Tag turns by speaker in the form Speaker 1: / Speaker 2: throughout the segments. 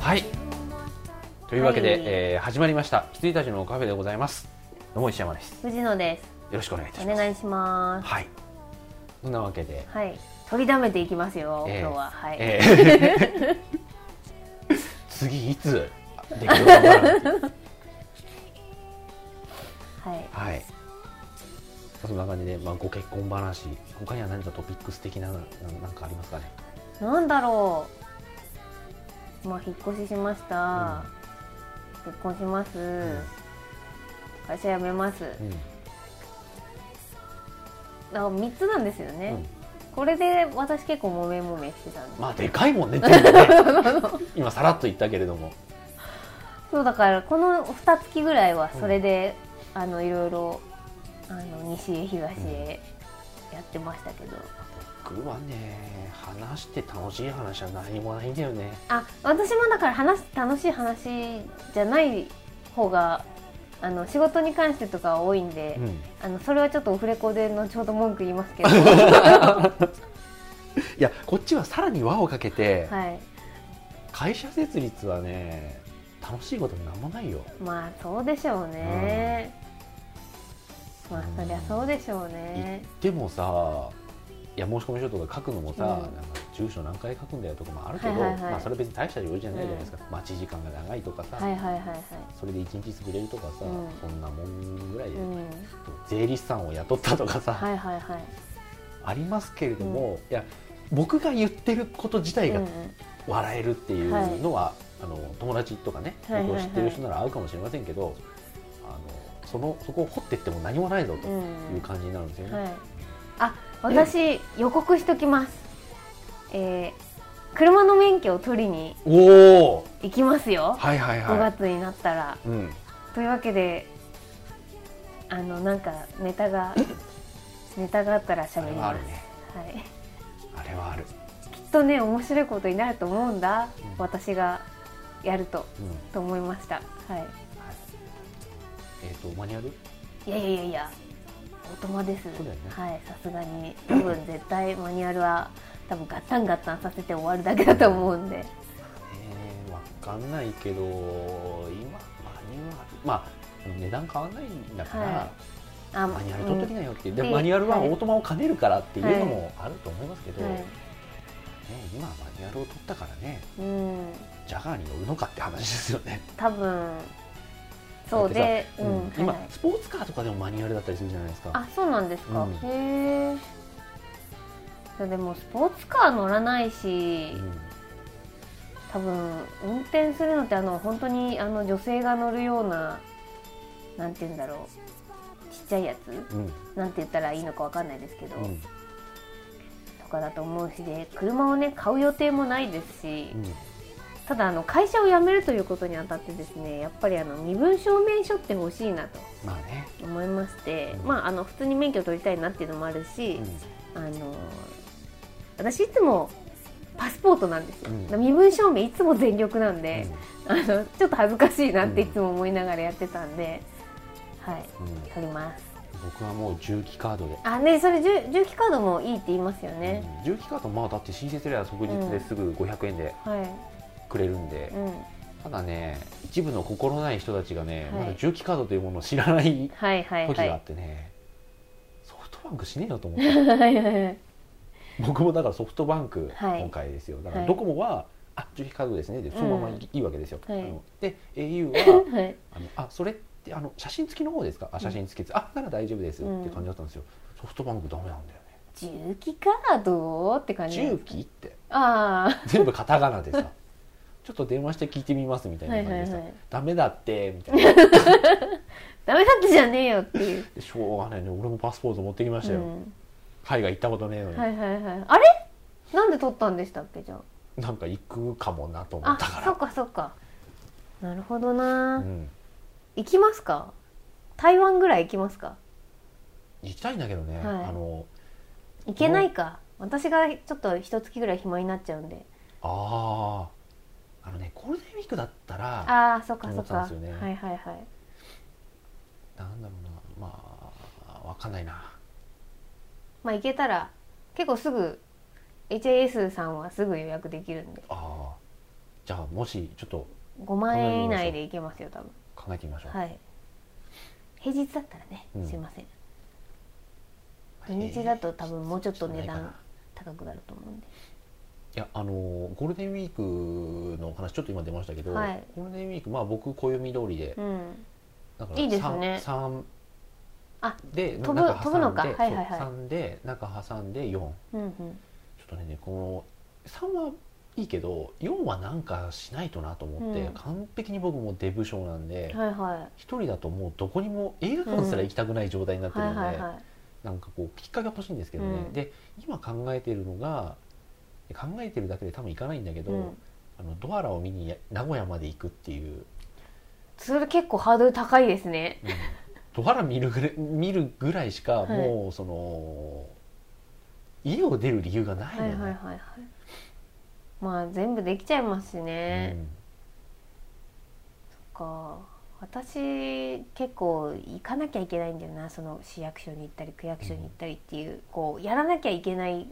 Speaker 1: はい。というわけで、えー始まりました。羊たちのカフェでございます。どうも石山です。よ
Speaker 2: 藤野で
Speaker 1: ろしくお願いいたし
Speaker 2: す。お
Speaker 1: ます。
Speaker 2: 願いします。
Speaker 1: はい。そんなわけで、
Speaker 2: はい。取りだめていきますよ。
Speaker 1: えー
Speaker 2: 今日は。はい。
Speaker 1: えー 次いつできるかわからない。
Speaker 2: はい。
Speaker 1: はい。そんな感じで、まあご結婚話、他には何かトピックス的なななんかありますかね。
Speaker 2: なんだろう。まあ引っ越ししました。結婚します。
Speaker 1: ん
Speaker 2: 会社辞めます。
Speaker 1: うん。
Speaker 2: だから三つなんですよね。
Speaker 1: うん
Speaker 2: これで私結構もめもめしてたんです。
Speaker 1: まあでかいもんね。全部 ね今さらっと言ったけれども。
Speaker 2: そうだからこの二月ぐらいはそれで、あのいろいろあの西へ東へやってましたけど。
Speaker 1: 僕はね話して楽しい話は何もないんだよね
Speaker 2: あ私もだから話楽しい話じゃない方があの仕事に関してとかは多いんで、
Speaker 1: ん
Speaker 2: あのそれはちょっとオフレコで後ほど文句言います けど
Speaker 1: いやこっちはさらに輪をかけて、
Speaker 2: はい
Speaker 1: 会社設立はね楽しいことなんもないよ
Speaker 2: まあそうでしょうね、まあそりゃそうでしょうね
Speaker 1: でもさいや申し込み書とか書くのもさ、
Speaker 2: うん
Speaker 1: なんか住所何回書くんだよとかもあるけど、
Speaker 2: はいはいはい
Speaker 1: まあ、それ別に大した用事じゃないじゃないですか、待ち時間が長いとかさ、
Speaker 2: はいはいはいはい
Speaker 1: それで1日潰れるとかさ、
Speaker 2: うん
Speaker 1: そんなもんぐらいで、
Speaker 2: うん
Speaker 1: 税理士さんを雇ったとかさ、
Speaker 2: はいはいはい
Speaker 1: ありますけれども、いや僕が言ってること自体
Speaker 2: うん
Speaker 1: が
Speaker 2: うん
Speaker 1: 笑えるっていうのは、あの友達とかね、
Speaker 2: はいはい
Speaker 1: 僕
Speaker 2: は
Speaker 1: を
Speaker 2: い
Speaker 1: 知ってる人なら会うかもしれませんけどあのそのそこを掘ってっても何もないぞと
Speaker 2: う
Speaker 1: いうん感じになるんですよね。
Speaker 2: はいあ私予告しときますえー、車の免許を取りに
Speaker 1: おお
Speaker 2: 行きますよ
Speaker 1: はいはい
Speaker 2: 5
Speaker 1: は
Speaker 2: 月になったら
Speaker 1: い。うん、
Speaker 2: というわけであのなんかネタがネタがあったら
Speaker 1: あ
Speaker 2: 喋
Speaker 1: れ
Speaker 2: り
Speaker 1: はあ
Speaker 2: ま
Speaker 1: る
Speaker 2: す、
Speaker 1: ね
Speaker 2: はい、
Speaker 1: あれはある、
Speaker 2: きっとね面白いことになると思うんだ、
Speaker 1: うん
Speaker 2: 私がやると
Speaker 1: うんはい
Speaker 2: と思いました、は
Speaker 1: えっ、とマニュアル
Speaker 2: い、いやいやいやいや大人です、
Speaker 1: そうだよね
Speaker 2: はいさすがに多分絶対マニュアルは多分ガッタンガッタンさせて終わるだけだと思うんで
Speaker 1: えー、わかんないけど今マニュアルまあ値段変わんないんだから、
Speaker 2: はあ
Speaker 1: マニュアル取っとき
Speaker 2: うん
Speaker 1: なよっていう、で
Speaker 2: で
Speaker 1: マニュアルは
Speaker 2: はい
Speaker 1: オートマを兼ねるからっていうのもあると思いますけど、
Speaker 2: はい
Speaker 1: ね、今はマニュアルを取ったからね
Speaker 2: うん
Speaker 1: ジャガーに乗るのかって話ですよね。
Speaker 2: 多分そう
Speaker 1: だって
Speaker 2: で、
Speaker 1: さ
Speaker 2: う
Speaker 1: うんん
Speaker 2: はい
Speaker 1: 今、
Speaker 2: はい
Speaker 1: スポーツカーとかでもマニュアルだったりするじゃないですか
Speaker 2: あそうなんですか、
Speaker 1: うん
Speaker 2: へえそれでもスポーツカー乗らないし
Speaker 1: うん
Speaker 2: 多分運転するのってあの本当にあの女性が乗るようななんて言うんだろうちっちゃいやつ
Speaker 1: うん
Speaker 2: なんて言ったらいいのかわかんないですけど、
Speaker 1: うん
Speaker 2: とかだと思うしで車をね買う予定もないですし、
Speaker 1: うん
Speaker 2: ただあの会社を辞めるということにあたってですねやっぱりあの身分証明書って欲しいなと
Speaker 1: まあね、
Speaker 2: 思いまして、
Speaker 1: うん
Speaker 2: まああの普通に免許取りたいなっていうのもあるし、
Speaker 1: う
Speaker 2: あのー私いつもパスポートなんですよ、
Speaker 1: うん
Speaker 2: だから身分証明いつも全力なん
Speaker 1: ん
Speaker 2: で、あのちょっと恥ずかしいなって
Speaker 1: う
Speaker 2: い
Speaker 1: ん
Speaker 2: つも思いながらやってたんで、はい
Speaker 1: うんうん
Speaker 2: 取ります
Speaker 1: 僕はもう重機カードで、
Speaker 2: あねそれ重重機カードもいいって言いますよね、
Speaker 1: うん重機カードまあだって申請すれば即日ですぐ500円で
Speaker 2: はい、
Speaker 1: くれるんで、
Speaker 2: うん、
Speaker 1: ただね一部の心ない人たちがね、
Speaker 2: はい
Speaker 1: まだ重機カードというものを知らない
Speaker 2: はいはい
Speaker 1: 時
Speaker 2: はい
Speaker 1: があ
Speaker 2: は
Speaker 1: ってね、ソフトバンクしねえよと思って
Speaker 2: い はいはい
Speaker 1: 僕もだからソフトバンク
Speaker 2: はい
Speaker 1: 今回ですよ、だか
Speaker 2: は
Speaker 1: ら
Speaker 2: い
Speaker 1: ドコモは、あ受費カードですねでそのままい,、
Speaker 2: うん
Speaker 1: いわけですよ、
Speaker 2: はい
Speaker 1: あので au は
Speaker 2: はい
Speaker 1: あのあそれってあの写真付きの方ですかあ写真付きです、あなら大丈夫ですって感じだったんですよ、ソフトバンクダメなんだよね
Speaker 2: 重機カードって感じなん
Speaker 1: 重
Speaker 2: です
Speaker 1: 機って
Speaker 2: あ
Speaker 1: 全部カタカナでさ ちょっと電話して聞いてみますみた
Speaker 2: あ
Speaker 1: い
Speaker 2: は
Speaker 1: ない感じでさ、
Speaker 2: はいはい
Speaker 1: ダメだってみたいな
Speaker 2: ダメだってじゃねえよっていう、
Speaker 1: でしょうがないね俺もパスポート持ってきました
Speaker 2: う
Speaker 1: よ、
Speaker 2: ん、
Speaker 1: 海外行ったことねえのに、
Speaker 2: はいはいはいあれなんで取ったんでしたっけじゃあ
Speaker 1: なんか行くかもなと思
Speaker 2: あ
Speaker 1: ったか、
Speaker 2: そ
Speaker 1: ら
Speaker 2: っかそっか。なるほどな、
Speaker 1: うん、
Speaker 2: 行きますか。台湾ぐらい行きますか。
Speaker 1: 行きたいんだけどね、
Speaker 2: はい
Speaker 1: あの
Speaker 2: 行けないか。私がちょっと一月ぐらい暇になっちゃうんで。
Speaker 1: あああのねゴールデンウィークだったら
Speaker 2: ああ、そっかそ
Speaker 1: 思っ
Speaker 2: った
Speaker 1: ん
Speaker 2: か。
Speaker 1: ですよね
Speaker 2: はいはいはい。
Speaker 1: なんだろうなまあわかんないな
Speaker 2: まあ行けたら結構すぐ HIS さんはすぐ予約できるんで。
Speaker 1: あじゃあもしちょっと
Speaker 2: 5万円以内でいけますよ多分
Speaker 1: 考えてみましょう、
Speaker 2: はい平日だったらね、
Speaker 1: うん
Speaker 2: すいません
Speaker 1: まあ
Speaker 2: 土日だと多分もうちょっと値段高くなると思うんで
Speaker 1: いやあのーゴールデンウィークの話ちょっと今出ましたけど、
Speaker 2: はい
Speaker 1: ゴールデンウィークまあ僕暦通りで、
Speaker 2: うん
Speaker 1: だか
Speaker 2: いいですね
Speaker 1: 三
Speaker 2: あ
Speaker 1: で
Speaker 2: 飛ぶ
Speaker 1: 中挟んで
Speaker 2: 飛ぶのか
Speaker 1: そう
Speaker 2: はいはいはい
Speaker 1: 三で中挟んで四ちょ
Speaker 2: うんうん
Speaker 1: っとねこの三はいいけど四はなんかしないとなと思って、
Speaker 2: うん
Speaker 1: 完璧に僕もデブ症なんで
Speaker 2: はいはい
Speaker 1: 一、人だともうどこにも映画館すら行きたくない状態になって
Speaker 2: は
Speaker 1: る
Speaker 2: い
Speaker 1: ので、
Speaker 2: はいはい
Speaker 1: なんかこうきっかけ欲しいんですけどね、
Speaker 2: うん
Speaker 1: で今考えてるのが考えてるだけで多分行かないんだけど、
Speaker 2: うん
Speaker 1: あのドアラを見に名古屋まで行くっていう、
Speaker 2: それ結構ハードル高いですね
Speaker 1: うんドアラ見るぐらい見るぐらいしか
Speaker 2: はい
Speaker 1: もうその、家を出る理由がないの
Speaker 2: はい
Speaker 1: ね、
Speaker 2: はいはいはいまあ全部できちゃいますし
Speaker 1: う
Speaker 2: ね、
Speaker 1: ん
Speaker 2: か私結構行かなきゃいけないんだよなその市役所に行ったり区役所に行ったりっていう、こうやらなきゃいけない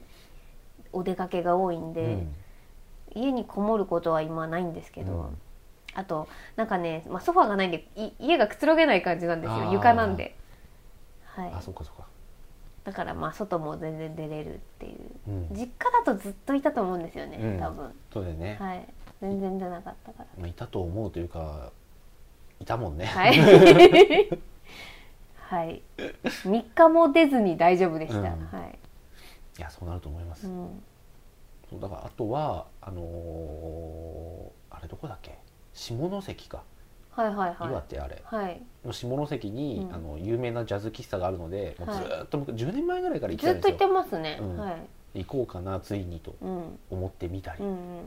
Speaker 2: お出かけが多いん
Speaker 1: う
Speaker 2: で、
Speaker 1: ん
Speaker 2: 家にこもることは今ないんですけど、
Speaker 1: うん
Speaker 2: あとなんかね、まあ、ソファーがないんでい家がくつろげない感じなんです
Speaker 1: あ
Speaker 2: よ
Speaker 1: ー
Speaker 2: 床なんで、はい
Speaker 1: あ、そっかそっか、
Speaker 2: だからまあ外も全然出れるっていう
Speaker 1: うん、
Speaker 2: 実家だとずっといたと思うんですよね、
Speaker 1: うん
Speaker 2: 多分
Speaker 1: そうだよね、
Speaker 2: はい全然出なかったから。
Speaker 1: まあ、いたと思うというかいたもんね、
Speaker 2: はい。はい。三日も出ずに大丈夫でした。
Speaker 1: うん
Speaker 2: はい。
Speaker 1: いやそうなると思います
Speaker 2: う、ん。
Speaker 1: そうだからあとはあのーあれどこだっけ下関か、
Speaker 2: はいはい
Speaker 1: 岩
Speaker 2: は
Speaker 1: 手あれ
Speaker 2: い。はい。
Speaker 1: の下関に、
Speaker 2: うん
Speaker 1: あの有名なジャズ喫茶があるのでもう
Speaker 2: は
Speaker 1: ず
Speaker 2: い
Speaker 1: ーっと僕10年前ぐらいから行って
Speaker 2: ず
Speaker 1: た
Speaker 2: っ
Speaker 1: ん
Speaker 2: と
Speaker 1: です
Speaker 2: 言
Speaker 1: よ
Speaker 2: っ、てますね。
Speaker 1: うん
Speaker 2: はい。
Speaker 1: 行こうかなついにと
Speaker 2: うん。うん
Speaker 1: 思ってみたり、
Speaker 2: うんうん。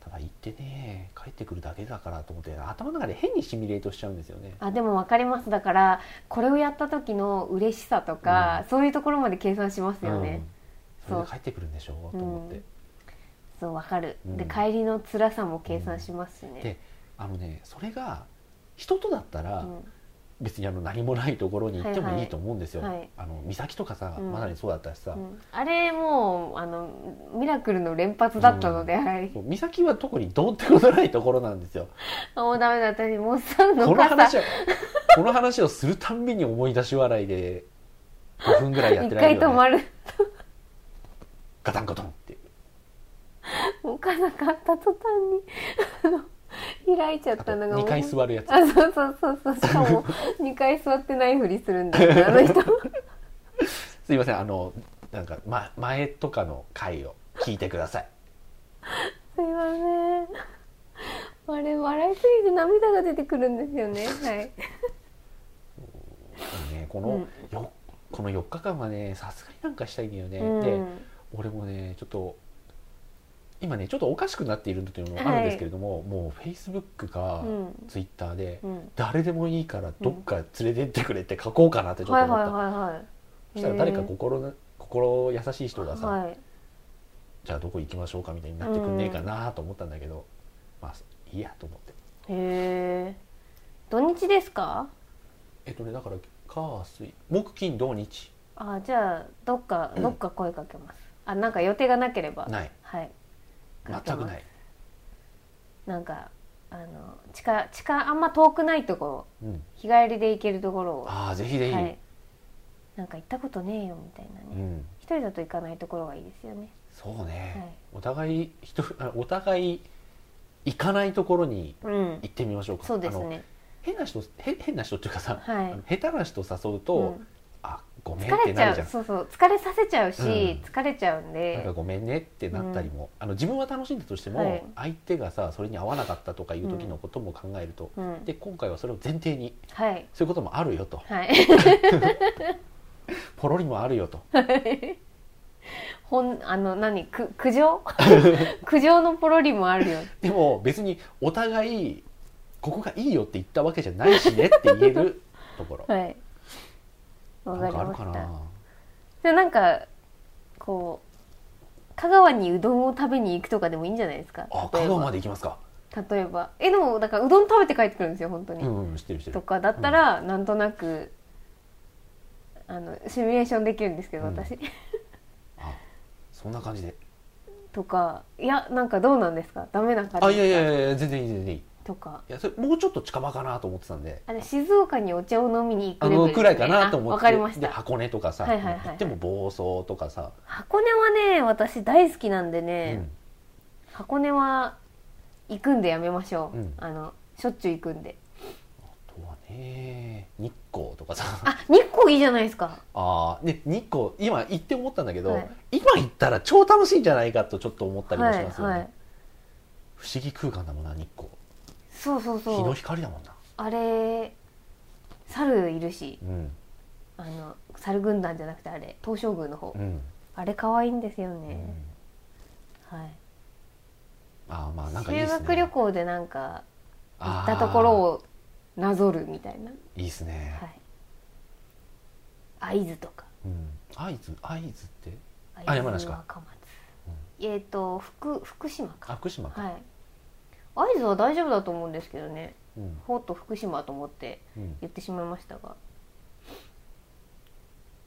Speaker 1: ただ行ってね帰ってくるだけだからと思って頭の中で変にシミュレートしちゃうんですよね
Speaker 2: あでも分かりますだからこれをやった時の嬉しさとか、そういうところまで計算しますよね、
Speaker 1: うん、それ
Speaker 2: そう
Speaker 1: で帰ってくるんでしょうと思って、
Speaker 2: うんそう分かる、
Speaker 1: うん
Speaker 2: で帰りの辛さも計算しますしね、うん、
Speaker 1: であのねそれが人とだったら、別にあの何もないところに行って
Speaker 2: はい
Speaker 1: も
Speaker 2: はい
Speaker 1: いいと思うんですよ、
Speaker 2: はい
Speaker 1: あの岬とかさ、
Speaker 2: うん
Speaker 1: まさにそうだったしさ、
Speaker 2: うんあれもうあのミラクルの連発だったので、はい
Speaker 1: そう岬は特にどうってことないところなんですよ
Speaker 2: あもうダメだ私 もうさんの
Speaker 1: この
Speaker 2: 傘
Speaker 1: 話を この話をするたんびに思い出し笑いで5分ぐらいやって
Speaker 2: 一
Speaker 1: られる
Speaker 2: 回止
Speaker 1: よ、ね、
Speaker 2: まる
Speaker 1: ガタンガタンって
Speaker 2: 置かなかった途端にあの開いちゃっ
Speaker 1: あ
Speaker 2: た
Speaker 1: と
Speaker 2: のがもう
Speaker 1: 2回座るやつ
Speaker 2: あそうそうそうそうしかも2回座ってないふりするん だよねあの人
Speaker 1: すいませんあのなんか、ま、前とかの回を聞いてください
Speaker 2: すいませんあれ笑いすぎて涙が出てくるんですよねはい
Speaker 1: でもねこ
Speaker 2: う
Speaker 1: の
Speaker 2: ん、
Speaker 1: よこの4日間はねさすがになんかしたいんだよね、
Speaker 2: う
Speaker 1: で
Speaker 2: ん
Speaker 1: 俺もねちょっと今ねちょっとおかしくなっているというのもあるんですけれども、もうフェイスブックか
Speaker 2: うん
Speaker 1: ツイッターで、
Speaker 2: うん
Speaker 1: 誰でもいいからどっか連れてってくれって書こうかなってちょっ
Speaker 2: は
Speaker 1: と
Speaker 2: い
Speaker 1: 思っ
Speaker 2: はい
Speaker 1: た、
Speaker 2: はいはい
Speaker 1: そしたら誰か心な心優しい人がさ、
Speaker 2: はい
Speaker 1: じゃあどこ行きましょうかみたいになってくんねえかなと思ったんだけど、まあいいやと思って
Speaker 2: へえ土日ですか
Speaker 1: えっとねだから火水木金土日
Speaker 2: あじゃあどっかどっか声かけます、あなんか予定がなければ
Speaker 1: ない
Speaker 2: はい
Speaker 1: 全くない
Speaker 2: なんかあの近近あんま遠くないところ
Speaker 1: うん、
Speaker 2: 日帰りで行けるところを、は
Speaker 1: ああぜひぜひ、
Speaker 2: い、なんか行ったことねえよみたいな
Speaker 1: う
Speaker 2: ね
Speaker 1: ん、
Speaker 2: 一、人だと行かないところがいいですよね
Speaker 1: そうね、
Speaker 2: はい
Speaker 1: お互い人 あお互い行かないところに
Speaker 2: うん
Speaker 1: 行ってみましょうか
Speaker 2: そうです
Speaker 1: あの
Speaker 2: ね
Speaker 1: 変な人へ変な人っていうかさ、
Speaker 2: はい
Speaker 1: あの下手な人誘うと、
Speaker 2: うん
Speaker 1: あごめんっ
Speaker 2: 疲
Speaker 1: て
Speaker 2: れち
Speaker 1: なる
Speaker 2: ゃ
Speaker 1: じゃ
Speaker 2: うんそうそう疲れさせちゃうし、
Speaker 1: うん
Speaker 2: 疲れちゃうん
Speaker 1: なんか
Speaker 2: で
Speaker 1: ごめんねってなったりも、あの自分は楽しんだとしても、
Speaker 2: はい
Speaker 1: 相手がさそれに合わなかったとかいう時のことも考えると、
Speaker 2: うん
Speaker 1: で今回はそれを前提に
Speaker 2: はい
Speaker 1: そういうこともあるよと
Speaker 2: はい
Speaker 1: ポロリもあるよと
Speaker 2: ほんあの何く 苦情苦情のポロリもあるよ
Speaker 1: でも別にお互いここがいいよって言ったわけじゃないしねって言えるとこ ろ
Speaker 2: はいわか
Speaker 1: なん
Speaker 2: り
Speaker 1: かある
Speaker 2: ま
Speaker 1: か
Speaker 2: した
Speaker 1: な
Speaker 2: でなんかこう香川にうどんを食べに行くとかでもいいんじゃないですか
Speaker 1: あ
Speaker 2: 例え
Speaker 1: 香
Speaker 2: ば
Speaker 1: 川まで行きますか
Speaker 2: 例えばえでもだからうどん食べて帰ってくるんですよ本当に、
Speaker 1: うんうん知ってる知って
Speaker 2: と
Speaker 1: る
Speaker 2: かだったら、なんとなくあのシミュレーションできるんですけど
Speaker 1: うん
Speaker 2: 私、
Speaker 1: あそんな感じで
Speaker 2: とかいやなんかどうなんですかダメな感
Speaker 1: あ
Speaker 2: じ
Speaker 1: いやいやいや全然いい全然いいい
Speaker 2: とか
Speaker 1: やそれもうちょっと近場かなと思ってたんで
Speaker 2: あれ静岡にお茶を飲みに行
Speaker 1: あ
Speaker 2: くレベ
Speaker 1: の
Speaker 2: ルです
Speaker 1: く
Speaker 2: ね
Speaker 1: らいかなと思って
Speaker 2: あわかりまし
Speaker 1: で
Speaker 2: た
Speaker 1: 箱根とかさ、
Speaker 2: はいはいはいはい
Speaker 1: 行っても房総とかさ、
Speaker 2: 箱根はね私大好きなんで
Speaker 1: う
Speaker 2: ね、
Speaker 1: ん
Speaker 2: 箱根は行くんでやめましょう、
Speaker 1: うん
Speaker 2: あのしょっちゅう行くんで
Speaker 1: あとはね日光とかさ
Speaker 2: あ日光いいじゃないですか
Speaker 1: あーね日光今行って思ったんだけど、
Speaker 2: はい
Speaker 1: 今行ったら超楽しいんじゃないかとちょっと思ったりもしますよね、
Speaker 2: はいはい
Speaker 1: 不思議空間だもんな日光
Speaker 2: そうそう
Speaker 1: 日
Speaker 2: そ
Speaker 1: の
Speaker 2: う
Speaker 1: 光だもんな
Speaker 2: あれ猿いるし
Speaker 1: うん
Speaker 2: あの猿軍団じゃなくてあれ東照宮の方、
Speaker 1: うん、
Speaker 2: あれ可愛いんですよ
Speaker 1: うん
Speaker 2: ね、はい
Speaker 1: ああまあなんかいい
Speaker 2: 修
Speaker 1: ですね
Speaker 2: 学旅行でなんか行
Speaker 1: あ
Speaker 2: っ
Speaker 1: ー
Speaker 2: たところをなぞるみたいな、
Speaker 1: いいですね、
Speaker 2: はい、会津とか
Speaker 1: うん、会津会津って
Speaker 2: 会
Speaker 1: あ山
Speaker 2: 津
Speaker 1: 梨か
Speaker 2: 若松、えっ、と福福島
Speaker 1: あ
Speaker 2: か
Speaker 1: 福島か、
Speaker 2: はい会津は大丈夫だと思うんですけどね
Speaker 1: うん
Speaker 2: ほうと福島と思って
Speaker 1: うん
Speaker 2: 言ってしまいましたが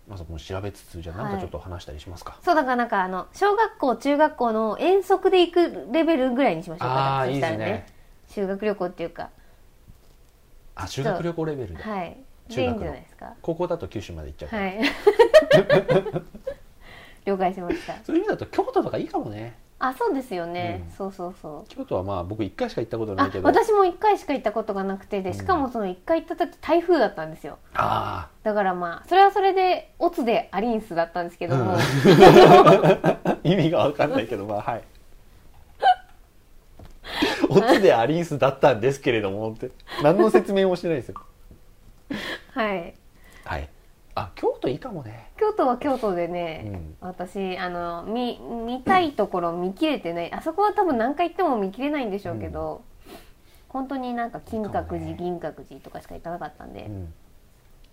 Speaker 1: まずこの調べつつじゃあなんかちょっと話したりしますか、
Speaker 2: そうだからなんかあの小学校中学校の遠足で行くレベルぐらいにしましょう
Speaker 1: あ
Speaker 2: か
Speaker 1: あ
Speaker 2: そ
Speaker 1: いいで
Speaker 2: した
Speaker 1: す
Speaker 2: ら
Speaker 1: ね
Speaker 2: 修学旅行っていうか
Speaker 1: あ修学旅行レベルで
Speaker 2: はい
Speaker 1: 中
Speaker 2: でいい
Speaker 1: 学の
Speaker 2: んじゃないですか
Speaker 1: 高校だと九州まで行っちゃうから、
Speaker 2: はい 了解しました
Speaker 1: そういう意味だと京都とかいいかもね
Speaker 2: あそうですよね、
Speaker 1: うん
Speaker 2: そうそうそう
Speaker 1: 京都はまあ僕一回しか行ったことな
Speaker 2: あ
Speaker 1: いけど
Speaker 2: 私も1回しか行ったことがなくて
Speaker 1: う
Speaker 2: で
Speaker 1: ん
Speaker 2: しかもその1回行った時台風だったんですよ
Speaker 1: あ
Speaker 2: だからまあそれはそれでオツでアリンスだったんですけども、
Speaker 1: うんあ意味が分かんないけどまあはい オツでアリースだったんですけれどもって何の説明もしてないですよ
Speaker 2: はい
Speaker 1: はいあ京都いいかもね
Speaker 2: 京都は京都でね、私あの見見たいところ見切れてないあそこは多分何回行っても見切れないんでしょうけど、本当になんか金閣
Speaker 1: いいかも
Speaker 2: 寺
Speaker 1: ね
Speaker 2: 銀閣寺とかしか行かなかったんで、
Speaker 1: うん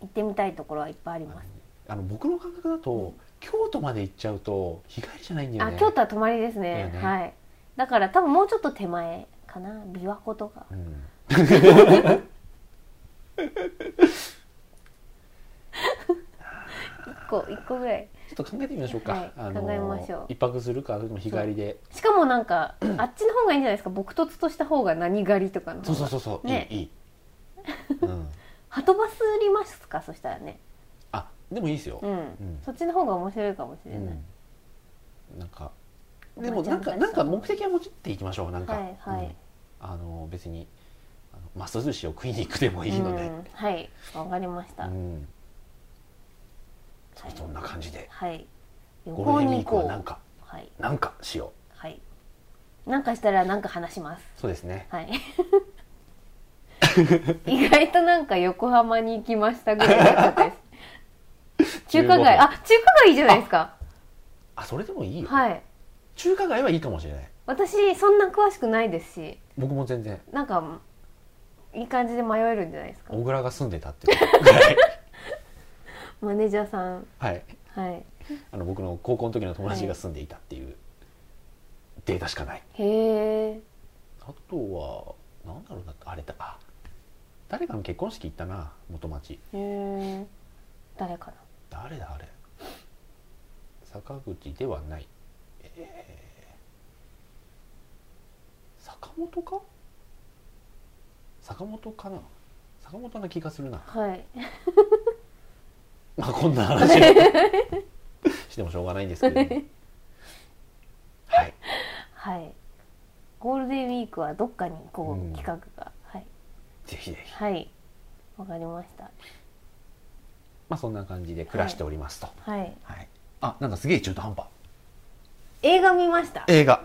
Speaker 2: 行ってみたいところはいっぱいあります、
Speaker 1: あの僕の感覚だと京都まで行っちゃうと日帰りじゃないんだよ
Speaker 2: あ
Speaker 1: ね
Speaker 2: 京都は泊まりですね
Speaker 1: だよね
Speaker 2: はいだから多分もうちょっと手前かな琵琶湖とか
Speaker 1: うん
Speaker 2: 1個一個ぐらい
Speaker 1: ちょっと考えてみましょうか、
Speaker 2: はい
Speaker 1: あの
Speaker 2: 考えましょう
Speaker 1: 一泊するかそれとも日帰りで
Speaker 2: しかもなんかあっちの方がいいんじゃないですか撲突とした方が何狩りとかの
Speaker 1: そ
Speaker 2: 方
Speaker 1: うそう
Speaker 2: が
Speaker 1: そうそう、
Speaker 2: ね
Speaker 1: いいいい、うん、
Speaker 2: はとバス売りますかそしたらね
Speaker 1: あでもいいですよ
Speaker 2: う、ん、
Speaker 1: ん
Speaker 2: そっちの方が面白いかもしれない、
Speaker 1: うんなんか
Speaker 2: お
Speaker 1: で
Speaker 2: ばあ
Speaker 1: も
Speaker 2: ちゃ
Speaker 1: なんんか
Speaker 2: みた
Speaker 1: ないんか
Speaker 2: 人
Speaker 1: 目的は持っていきましょうなんか、
Speaker 2: はいはい
Speaker 1: うんあの別にあのマス寿司を食いに行くでもいいので
Speaker 2: う、んはいわかりました、
Speaker 1: う
Speaker 2: はい
Speaker 1: んそんな感じで
Speaker 2: はい旅
Speaker 1: ゴー
Speaker 2: 行
Speaker 1: ルデンウィー
Speaker 2: に行
Speaker 1: ク
Speaker 2: こ
Speaker 1: は
Speaker 2: う
Speaker 1: なんか
Speaker 2: はい
Speaker 1: なんかしよ
Speaker 2: はいなんかしたらなんか話します
Speaker 1: うそうですね
Speaker 2: はい 意外となんか横浜に行きましたぐらいだったです中 華街
Speaker 1: 15
Speaker 2: あ中華街いいじゃないですか
Speaker 1: あそれでもいいよ、
Speaker 2: はい
Speaker 1: 中華街はいいかもしれない
Speaker 2: 私そんな詳しくないですし
Speaker 1: 僕も全然
Speaker 2: なんかいい感じで迷えるんじゃないですか
Speaker 1: 小倉が住んでたってこと ぐらい
Speaker 2: マネージャーさん
Speaker 1: はい
Speaker 2: はい
Speaker 1: あの僕の高校の時の友達が住んでいたっていうデータしかない
Speaker 2: へえ
Speaker 1: あとはなんだろうなあれだあ誰かの結婚式行ったな元町
Speaker 2: へえ誰かな
Speaker 1: 誰だあれ坂口ではない、えー坂本か坂本かな坂本な気がするな
Speaker 2: はい
Speaker 1: まあこんな 話をしてもしょうがないんですけれどもはい
Speaker 2: はいゴールデンウィークはどっかに行こ
Speaker 1: うん
Speaker 2: う企画が、はい
Speaker 1: ぜひぜひ
Speaker 2: はいわかりました
Speaker 1: まあそんな感じで暮らしておりますと、
Speaker 2: はい
Speaker 1: はい、あなんかすげえ中途半端
Speaker 2: 映画見ました
Speaker 1: 映画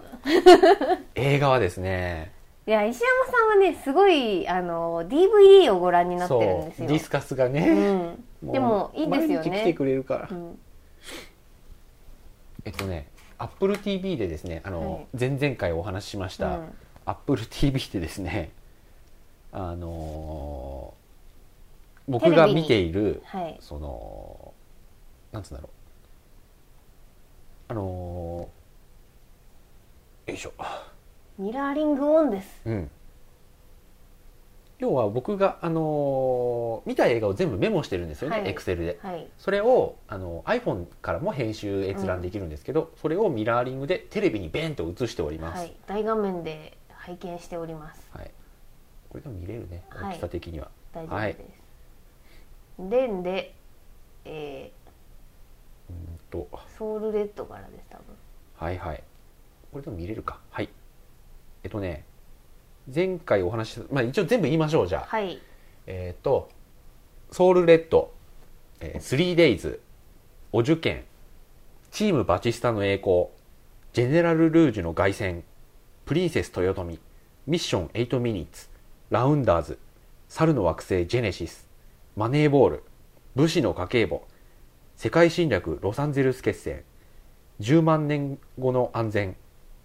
Speaker 1: 映画はですね
Speaker 2: いや石山さんはねすごいあの DVD をご覧になってるん
Speaker 1: そ
Speaker 2: で
Speaker 1: う
Speaker 2: す
Speaker 1: デ
Speaker 2: よ
Speaker 1: ィスカスが
Speaker 2: う
Speaker 1: ね、
Speaker 2: んでもいいですよ
Speaker 1: 毎日来て
Speaker 2: ね
Speaker 1: くれるから、
Speaker 2: うん
Speaker 1: えっとね AppleTV でですねあの、
Speaker 2: はい
Speaker 1: 前々回お話ししまし
Speaker 2: う
Speaker 1: た、
Speaker 2: ん
Speaker 1: AppleTV でですねあのー
Speaker 2: テ
Speaker 1: 僕
Speaker 2: レビに
Speaker 1: が見ている
Speaker 2: はい
Speaker 1: そのなんつうんだろうあのーよいしょ
Speaker 2: ミラーリングオンです
Speaker 1: うん要は僕が、あのー見た映画を全部メモしてるんですよね、
Speaker 2: はい
Speaker 1: Excel で。
Speaker 2: はい
Speaker 1: それをあの iPhone からも編集閲覧できるんですけど、それをミラーリングでテレビにベンと映しております、
Speaker 2: は
Speaker 1: はい
Speaker 2: い大画面で拝見しております
Speaker 1: これでも見れるね
Speaker 2: はい
Speaker 1: 大きさ的には、
Speaker 2: 大丈夫です、でんで、え
Speaker 1: うんと
Speaker 2: ーソウルレッドからです多分
Speaker 1: はいはいこれでも見れるかはいえっとね前回お話しした、まあ、一応全部言いましょうじゃあ、
Speaker 2: はい
Speaker 1: えっ、とソウルレッド、えー、3days お受験チームバチスタの栄光ジェネラル・ルージュの凱旋プリンセス豊臣ミッション8ミニッツラウンダーズ猿の惑星ジェネシスマネーボール武士の家計簿世界侵略ロサンゼルス決戦10万年後の安全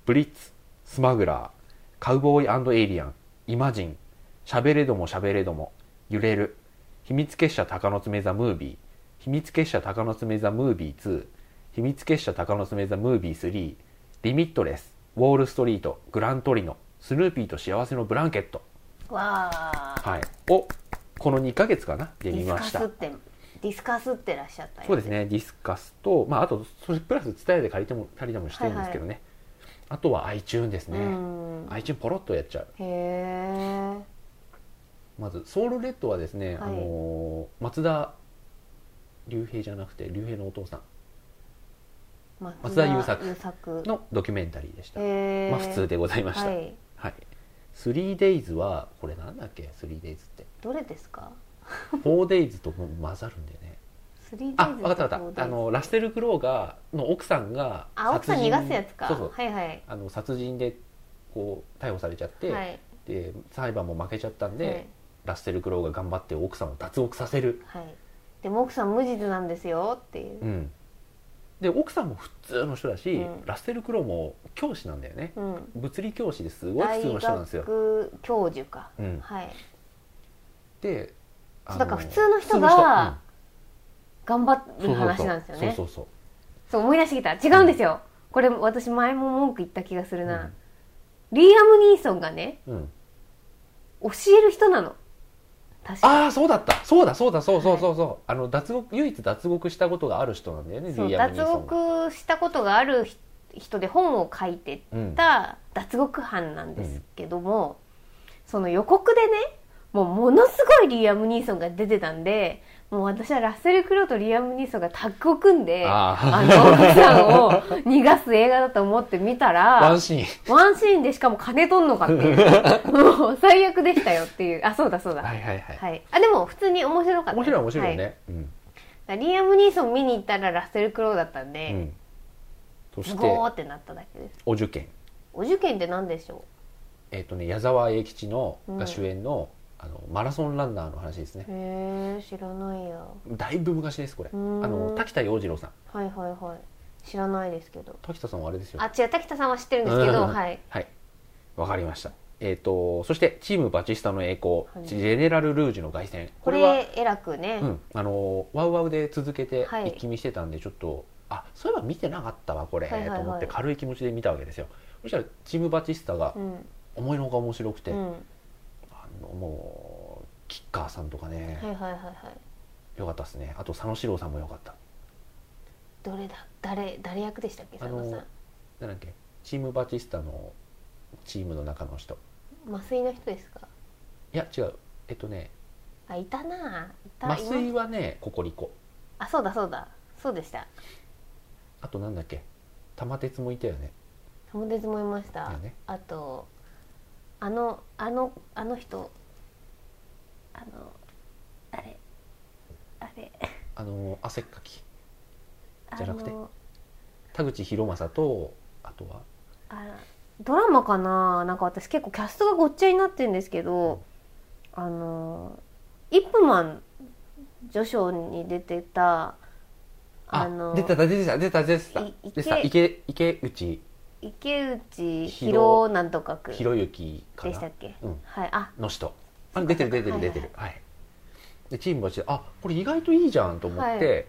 Speaker 1: ブリッツスマグラーカウボーイエイリアンイマジン喋れども喋れども揺れる秘密結社鷹の爪座ムービー秘密結社鷹の爪座ムービー2秘密結社鷹の爪座ムービー3リミットレスウォールストリートグラントリノスヌーピーと幸せのブランケット、
Speaker 2: わあ、
Speaker 1: はい、をこの2ヶ月かなで
Speaker 2: デ
Speaker 1: 見
Speaker 2: ィス
Speaker 1: ま
Speaker 2: カ
Speaker 1: し
Speaker 2: スったてディスカスってらっしゃったやつ
Speaker 1: そうですねディスカスと、まあ、あとそれプラス伝えで借りても借りたりもしてるんですけどね、あとは iTune です
Speaker 2: う
Speaker 1: ね、
Speaker 2: ん
Speaker 1: iTune ポロッとやっちゃう
Speaker 2: へえ
Speaker 1: まずソウルレッドはですね、
Speaker 2: はい
Speaker 1: あのー松田龍平じゃなくて龍平のお父さん
Speaker 2: 松
Speaker 1: 田優作
Speaker 2: 優作
Speaker 1: のドキュメンタリーでした、
Speaker 2: へえ
Speaker 1: まあ普通でございました、
Speaker 2: は
Speaker 1: はい
Speaker 2: い
Speaker 1: 3days はこれなんだっけ 3days って
Speaker 2: どれですか
Speaker 1: 4days とも混ざるんだよね
Speaker 2: 3D
Speaker 1: あ分かった分かったあのラッセル・クローがの奥さんが
Speaker 2: あ奥さん逃がすやつか
Speaker 1: そうそう、
Speaker 2: はいはい
Speaker 1: あの殺人でこう逮捕されちゃって、
Speaker 2: はい
Speaker 1: で裁判も負けちゃったんで、ラッセル・クローが頑張って奥さんを脱獄させる
Speaker 2: はいはいでも奥さん無実なんですよっていう
Speaker 1: う、ん、で奥さんも普通の人だし、
Speaker 2: うん
Speaker 1: ラッセル・クロウも教師なんだよね
Speaker 2: うん、
Speaker 1: 物理教師ですごい普
Speaker 2: 大
Speaker 1: 通の人なんですよ、
Speaker 2: 学教授か、
Speaker 1: うん、
Speaker 2: はい
Speaker 1: であの
Speaker 2: だから普通の人が頑張
Speaker 1: 普通
Speaker 2: る
Speaker 1: の人うん
Speaker 2: 話なんですよねそう
Speaker 1: そうそう
Speaker 2: 思い出してきた違うんですよ、これ私前も文句言った気がする
Speaker 1: そうそう
Speaker 2: な、リーアム・ニーソンがね
Speaker 1: うんうん
Speaker 2: 教える人なの確か
Speaker 1: ああそうだったそうだそうだそうそうそうそう、あの脱獄唯一脱獄したことがある人なんだよね
Speaker 2: そう
Speaker 1: リーアムニ
Speaker 2: 脱
Speaker 1: ーソンが
Speaker 2: 獄したことがあるひ人で本を書いてた脱獄犯なんですけども、その予告でねもうものすごいリーアム・ニーソンが出てたんでもう私はラッセル・クロウとリーアム・ニーソンがタッグを組んであ
Speaker 1: あー
Speaker 2: の奥さんを逃がす映画だと思って見た
Speaker 1: ワ
Speaker 2: ら
Speaker 1: ンシーン
Speaker 2: ワンシーンでしかも金取んのかって いうもう最悪でしたよっていうあそうだそうだ、は
Speaker 1: はいいはいはい、
Speaker 2: あでも普通に面白かった
Speaker 1: 面白い面白いよ
Speaker 2: は
Speaker 1: ね、うん
Speaker 2: だからリーアム・ニーソン見に行ったらラッセル・クロウだったん
Speaker 1: う
Speaker 2: で、
Speaker 1: ん、そ
Speaker 2: ズ
Speaker 1: し
Speaker 2: ゴー
Speaker 1: て
Speaker 2: ってなっただけです
Speaker 1: お受験
Speaker 2: お受験って何でしょ
Speaker 1: えっ、とね矢沢永吉の
Speaker 2: うん
Speaker 1: が主演の,、あのマラソンランナーの話ですね
Speaker 2: うへえ知らないや
Speaker 1: だいぶ昔ですこれあ
Speaker 2: うーん
Speaker 1: の滝田洋次郎さん
Speaker 2: はいはいはい知らないですけど
Speaker 1: 滝田さんはあれですよ
Speaker 2: あ違う滝田さんは知ってるんですけど
Speaker 1: うん
Speaker 2: はい
Speaker 1: はいわかりましたえっ、とそしてチームバチスタの栄光、
Speaker 2: はい
Speaker 1: ジェネラル・ルージュの凱旋
Speaker 2: こ
Speaker 1: これは
Speaker 2: れえらくね、
Speaker 1: うんあのワウワウで続けて
Speaker 2: はい
Speaker 1: 一気見してたんでちょっと、あそういえば見てなかったわこれ、
Speaker 2: はいはいはい
Speaker 1: と思って軽い気持ちで見たわけですよそしたらチームバチスタが
Speaker 2: うん
Speaker 1: 思いのほか面白くて、
Speaker 2: うん
Speaker 1: あのもうキッカーさんとかね、
Speaker 2: はいはいはいはい
Speaker 1: よかったですねあと佐野史郎さんもよかった
Speaker 2: どれだ誰誰役でしたっけ佐野さ
Speaker 1: あなんだっけチームバチスタのチームの中の人
Speaker 2: ん麻酔の人ですか
Speaker 1: いや違うえっとね
Speaker 2: あいたなあいた
Speaker 1: 麻
Speaker 2: い
Speaker 1: 酔
Speaker 2: ま
Speaker 1: はねココリコ
Speaker 2: あそうだそうだそうでした
Speaker 1: あとなんだっけ玉鉄もいたよね
Speaker 2: 友達もいました、
Speaker 1: だよね
Speaker 2: あとあのあのあの人あのあれあれ
Speaker 1: あの汗っかきじゃなくて
Speaker 2: あの
Speaker 1: 田口博正とあとは
Speaker 2: あドラマかななんか私結構キャストがごっちゃになってるんですけど、あのイップマン序章に出てた
Speaker 1: あ
Speaker 2: あの
Speaker 1: 出てた出てた出てた出てた
Speaker 2: い
Speaker 1: 出てた池池内
Speaker 2: 池内
Speaker 1: ひろ
Speaker 2: 博なんとかくで
Speaker 1: 博之か
Speaker 2: した
Speaker 1: な
Speaker 2: っけ、
Speaker 1: うん
Speaker 2: はいあ
Speaker 1: の人あ出てる出てる出てるはいでチームバチであこれ意外といいじゃんと思って、
Speaker 2: はい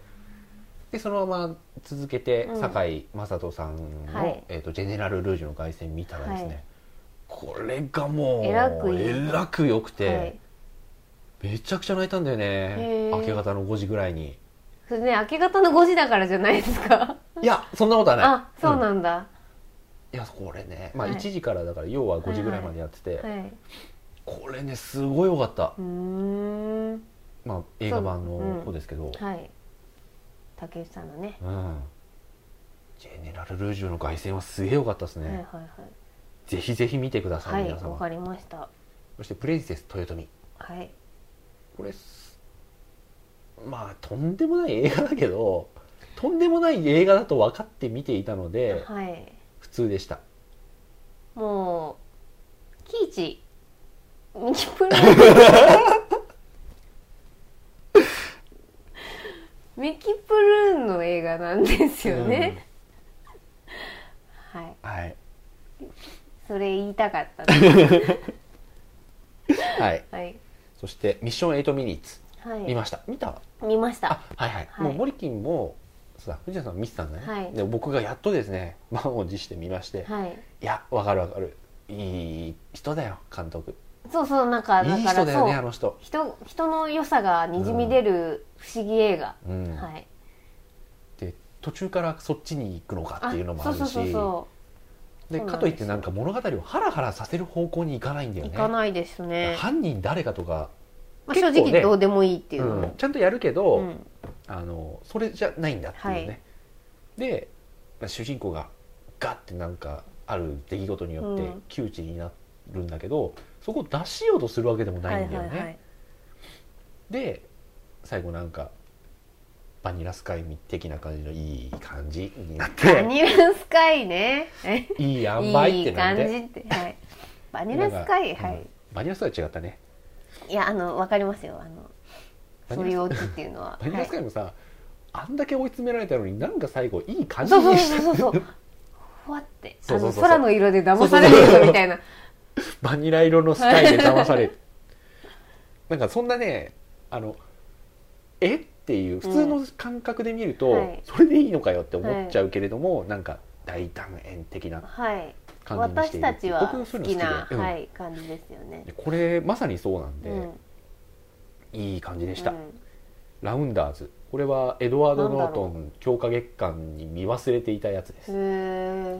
Speaker 1: でそのまま続けて、
Speaker 2: うん
Speaker 1: 堺雅人さんの、
Speaker 2: はい
Speaker 1: えーと「ジェネラル・ルージュ」の凱旋見たらですね、
Speaker 2: はい
Speaker 1: これがもう
Speaker 2: えらくいい
Speaker 1: えらくよくて、
Speaker 2: はい
Speaker 1: めちゃくちゃ泣いたんだよね
Speaker 2: へー
Speaker 1: 明け方の5時ぐらいに
Speaker 2: それね明け方の5時だからじゃないですか
Speaker 1: いやそんなことはない
Speaker 2: あそうんなんだ、
Speaker 1: いやこれね、まあ、
Speaker 2: はい
Speaker 1: 1時からだから要は5時ぐらいまでやってて、
Speaker 2: はいう
Speaker 1: これねすごい良かった、
Speaker 2: ーん
Speaker 1: まあ、映画版の方
Speaker 2: そう
Speaker 1: ですけど
Speaker 2: はい竹内さんのね、
Speaker 1: うん、ジェネラル・ルージュの凱旋はすげえ良かったですね、
Speaker 2: はいはいはい
Speaker 1: ぜひぜひ見てください、
Speaker 2: はい
Speaker 1: 皆
Speaker 2: わ
Speaker 1: 様
Speaker 2: かりました
Speaker 1: そして「プリンセス豊臣
Speaker 2: はい」
Speaker 1: これすまあとんでもない映画だけどとんでもない映画だと分かって見ていたので
Speaker 2: はい
Speaker 1: 普通でした
Speaker 2: もうキイチプリン セスミキプルーンの映画なんですよね、はい
Speaker 1: うんはい
Speaker 2: それ言いたかったな
Speaker 1: はい
Speaker 2: はい
Speaker 1: そして「ミッション8ミニッツ」
Speaker 2: はい
Speaker 1: 見ました見た
Speaker 2: 見ました
Speaker 1: あはいはい、
Speaker 2: はい
Speaker 1: もうモリキンもそうだ藤田さん見てたんだね、
Speaker 2: はい
Speaker 1: で僕がやっとですね満を持して見まして、
Speaker 2: は
Speaker 1: い
Speaker 2: い
Speaker 1: やわかるわかるいい人だよ監督
Speaker 2: そうそうなんかだ
Speaker 1: いい
Speaker 2: から
Speaker 1: 人だよ
Speaker 2: そう
Speaker 1: ねあの人、
Speaker 2: 人人の良さがにじみ出る不思議映画、
Speaker 1: うん
Speaker 2: はい
Speaker 1: で途中からそっちに行くのかっていうのもあるし
Speaker 2: そうそうそうそ
Speaker 1: で
Speaker 2: そうなん
Speaker 1: か
Speaker 2: ですよ
Speaker 1: といってなんか物語をハラハラさせる方向に行かないんだ
Speaker 2: う
Speaker 1: よ
Speaker 2: 行
Speaker 1: ね
Speaker 2: かないですね、
Speaker 1: 犯人誰かとか、
Speaker 2: まあ、
Speaker 1: 結
Speaker 2: 正
Speaker 1: 構ね
Speaker 2: 直どうでもいいっていうの
Speaker 1: うん
Speaker 2: も、
Speaker 1: ちゃんとやるけ
Speaker 2: う
Speaker 1: ど、
Speaker 2: ん
Speaker 1: あのそれじゃないんだっていうね、
Speaker 2: はい
Speaker 1: でまあ主人公がガッてなんかある出来事によっ
Speaker 2: う
Speaker 1: て
Speaker 2: ん
Speaker 1: 窮地になるんだけど、そこを出しようとするわけでもないんだよね、
Speaker 2: はいはいはい、
Speaker 1: で最後なんかバニラスカイ的な感じのいい感じになっ
Speaker 2: バ
Speaker 1: て
Speaker 2: ニラスカイ ねえ
Speaker 1: いい塩梅っ
Speaker 2: い
Speaker 1: て
Speaker 2: い
Speaker 1: なっ
Speaker 2: 感じ
Speaker 1: て
Speaker 2: って、はい、バニラスカイ
Speaker 1: なんか
Speaker 2: は
Speaker 1: う
Speaker 2: い
Speaker 1: ん、バニラスカイは違ったね
Speaker 2: いやあのわかりますよあの
Speaker 1: バニラス
Speaker 2: そういうオチっていうのは、
Speaker 1: バニラスカイもさ、あんだけ追い詰められたのになんか最後いい
Speaker 2: は
Speaker 1: 感
Speaker 2: い、
Speaker 1: じ
Speaker 2: そうそう
Speaker 1: に
Speaker 2: そう
Speaker 1: して
Speaker 2: そうそうふわってあ
Speaker 1: そうそう
Speaker 2: の
Speaker 1: そうそう
Speaker 2: 空の色で騙される人みたいな
Speaker 1: バニラ色のスカイで騙されるなんかそんなねあのえっていう普通の感覚で見ると、
Speaker 2: はい
Speaker 1: それでいいのかよって思っちゃうけれども、なんか大断円的な
Speaker 2: はい
Speaker 1: 感じにしてい
Speaker 2: 私
Speaker 1: る
Speaker 2: たちは
Speaker 1: 僕そう
Speaker 2: 好
Speaker 1: いうの好き
Speaker 2: き
Speaker 1: で
Speaker 2: な、
Speaker 1: うん
Speaker 2: はい、感じですよね
Speaker 1: でこれまさにそうなんで、
Speaker 2: うん
Speaker 1: いい感じでした、
Speaker 2: うん
Speaker 1: ラウンダーズこれはエドワード・ノート
Speaker 2: なん
Speaker 1: ン強化月間に見忘れていたやつですあ
Speaker 2: へ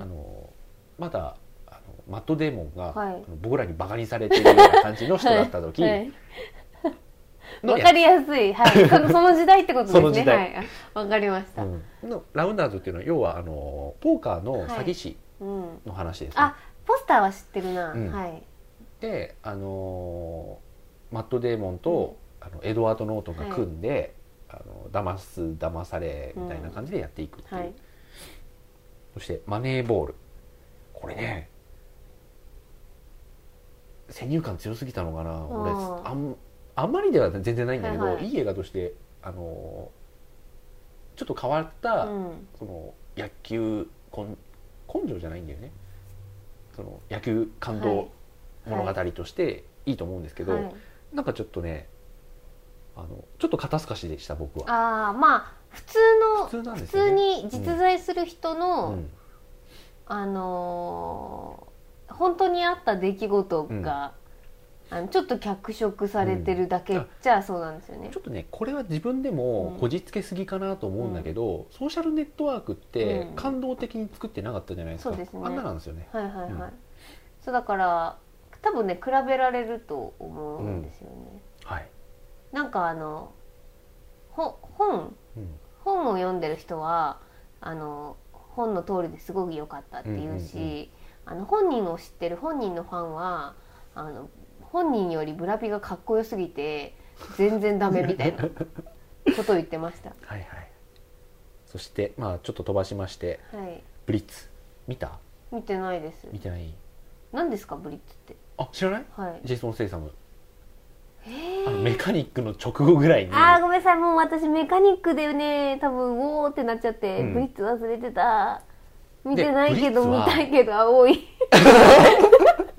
Speaker 2: ー
Speaker 1: のまだあのマット・デーモンが、
Speaker 2: は
Speaker 1: あ
Speaker 2: い
Speaker 1: の僕らにバカにされてるような感じの人だった時の
Speaker 2: は
Speaker 1: や
Speaker 2: い
Speaker 1: つ、
Speaker 2: わかりやす い、はい、そのその時代ってことですね
Speaker 1: その時代
Speaker 2: はい、あわかりました、うん
Speaker 1: うんのラウンダーズっていうのは要はあのポーカーの詐欺師の話ですね、
Speaker 2: あポスターは知ってるな、
Speaker 1: うん
Speaker 2: はい
Speaker 1: であのーマット・デーモンと、あのエドワード・ノートンが組んで、あの騙す騙されみたいな感じでやっていくっていう、
Speaker 2: はい
Speaker 1: そしてマネーボールこれね先入観強すぎたのかな俺
Speaker 2: あー
Speaker 1: あんあんまりでは全然ないんだけど、
Speaker 2: はい
Speaker 1: い
Speaker 2: はい
Speaker 1: い、映画としてあのーちょっと変わった、
Speaker 2: うん
Speaker 1: その野球根根性じゃないんだよねその野球感動
Speaker 2: はい
Speaker 1: 物語としていいと思うんですけど、
Speaker 2: はい、
Speaker 1: なんかちょっとねあのちょっと肩透かしでした僕は
Speaker 2: ああまあ普通の
Speaker 1: 普通なんで
Speaker 2: 普
Speaker 1: すよ
Speaker 2: 通
Speaker 1: ね
Speaker 2: に実在する人の、
Speaker 1: うん
Speaker 2: あのー本当にあった出来事が、あのちょっと脚色されてるだけじゃそうなんですよね
Speaker 1: ち、ょっとねこれは自分でも
Speaker 2: うん
Speaker 1: こじつけすぎかなと思うんだけど、ソーシャルネットワークって
Speaker 2: うん
Speaker 1: 感動的に作ってなかったじゃないですか、
Speaker 2: そうですね
Speaker 1: あんななんですよね
Speaker 2: はいはいはい、
Speaker 1: うん
Speaker 2: そうだから多分ね比べられると思うんですよね、
Speaker 1: はい、
Speaker 2: なんかあのほ本
Speaker 1: うん
Speaker 2: 本を読んでる人はあの本の通りですごく良かったって言うし、
Speaker 1: うんうんう
Speaker 2: あの本人を知ってる本人のファンはあの本人よりブラピがかっこよすぎて全然ダメみたいなことを言ってました。
Speaker 1: はいはいそしてまあちょっと飛ばしまして
Speaker 2: はい、
Speaker 1: ブリッツ見た
Speaker 2: 見てないです。
Speaker 1: 見てない
Speaker 2: 何ですかブリッツって？
Speaker 1: あ知らない
Speaker 2: はい。
Speaker 1: ジェイソン・セイサム
Speaker 2: え
Speaker 1: あの
Speaker 2: ー
Speaker 1: メカニックの直後ぐらいに
Speaker 2: あーごめんなさいもう私メカニックでね多分おおってなっちゃって、
Speaker 1: うん
Speaker 2: ブリッツ忘れてた見てないけ
Speaker 1: ブ
Speaker 2: ど
Speaker 1: リ
Speaker 2: 見
Speaker 1: ッツは
Speaker 2: たいけど青い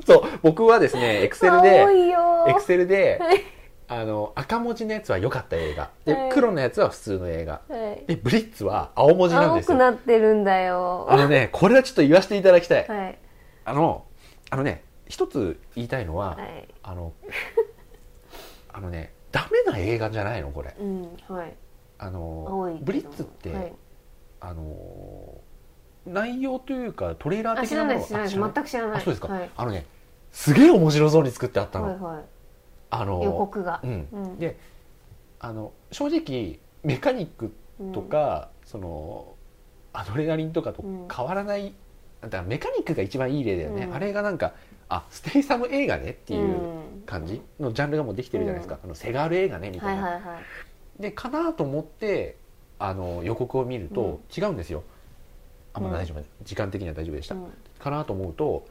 Speaker 1: そう僕はですねエクセル
Speaker 2: 青
Speaker 1: で
Speaker 2: いよ
Speaker 1: エクセルで
Speaker 2: はい
Speaker 1: あの赤文字のやつは良かった映画で、
Speaker 2: はい
Speaker 1: 黒のやつは普通の映画
Speaker 2: はい
Speaker 1: でブリッツは青文字なん
Speaker 2: 青
Speaker 1: です
Speaker 2: く
Speaker 1: よ
Speaker 2: なってるんだよ
Speaker 1: あのねこれはちょっと言わせていただきたい、
Speaker 2: はい
Speaker 1: あのあのね一つ言いたいのは、
Speaker 2: はい
Speaker 1: あのあのねダメな映画じゃないのこれ
Speaker 2: うんはい
Speaker 1: あの
Speaker 2: 青いけど
Speaker 1: ブリッツって、
Speaker 2: はい、
Speaker 1: あの内容というかトレーラー
Speaker 2: あ
Speaker 1: 的
Speaker 2: 知ら
Speaker 1: な
Speaker 2: な
Speaker 1: も
Speaker 2: い
Speaker 1: の
Speaker 2: です知らないです
Speaker 1: あ
Speaker 2: 全く知らない
Speaker 1: あそうですか、
Speaker 2: はい、
Speaker 1: あのねすげえ面白そうに作ってあったの、
Speaker 2: はいは
Speaker 1: あ
Speaker 2: い、予
Speaker 1: の
Speaker 2: 告が
Speaker 1: う、ん
Speaker 2: うん
Speaker 1: であの正直メカニックとか、そのアドレナリンとかと変わらない、だからメカニックが一番いい例だよね、
Speaker 2: うん
Speaker 1: あれがなんかあステイサム映画ねっていう感じのジャンルがもうできてるじゃないですか、あのセガール映画ねみ
Speaker 2: うん
Speaker 1: たい
Speaker 2: はい
Speaker 1: な。
Speaker 2: はいはい
Speaker 1: でかなと思ってあの予告を見ると違うんですよ、あんま
Speaker 2: うん
Speaker 1: 大丈夫、時間的には大丈夫でした、
Speaker 2: うん
Speaker 1: かなと思うと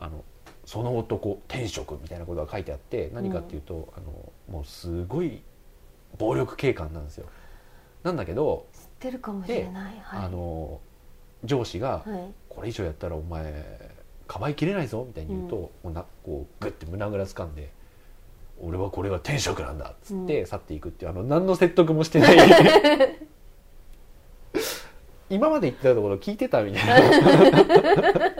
Speaker 1: あのその男天職みたいなことが書いてあって何かっていうと、あのもうすごい暴力警官なんですよなんだけど、
Speaker 2: 知ってるかもしれないはい
Speaker 1: あの上司が、
Speaker 2: はい
Speaker 1: これ以上やったらお前かばいきれないぞ」みたいに言うと、
Speaker 2: うん
Speaker 1: もうなこうグッて胸ぐら掴んで「俺はこれが天職なんだ」っつって
Speaker 2: うん
Speaker 1: 去っていくっていう、あの何の説得もしてない 今まで言ってたところ聞いてたみたいな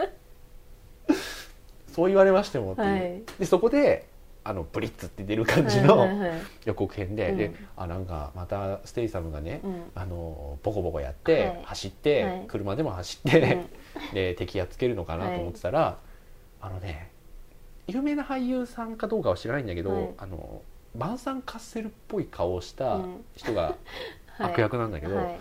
Speaker 1: そう言われましてもっていう、
Speaker 2: はい
Speaker 1: でそこであのブリッツって出る感じの
Speaker 2: はいはいはい
Speaker 1: 予告編で,、
Speaker 2: う
Speaker 1: で
Speaker 2: ん
Speaker 1: あなんかまたステイサムがね、
Speaker 2: うん
Speaker 1: あのボコボコやって、
Speaker 2: はい
Speaker 1: 走って、
Speaker 2: はい
Speaker 1: 車 でも走って、
Speaker 2: う ん
Speaker 1: で敵やっつけるのかなと思ってたら、あのね有名な俳優さんかどうかは知らないんだけど、
Speaker 2: はい
Speaker 1: あのバンサン・カッセルっぽい顔をした
Speaker 2: うん
Speaker 1: 人が
Speaker 2: はい
Speaker 1: 悪役なんだけど、
Speaker 2: はい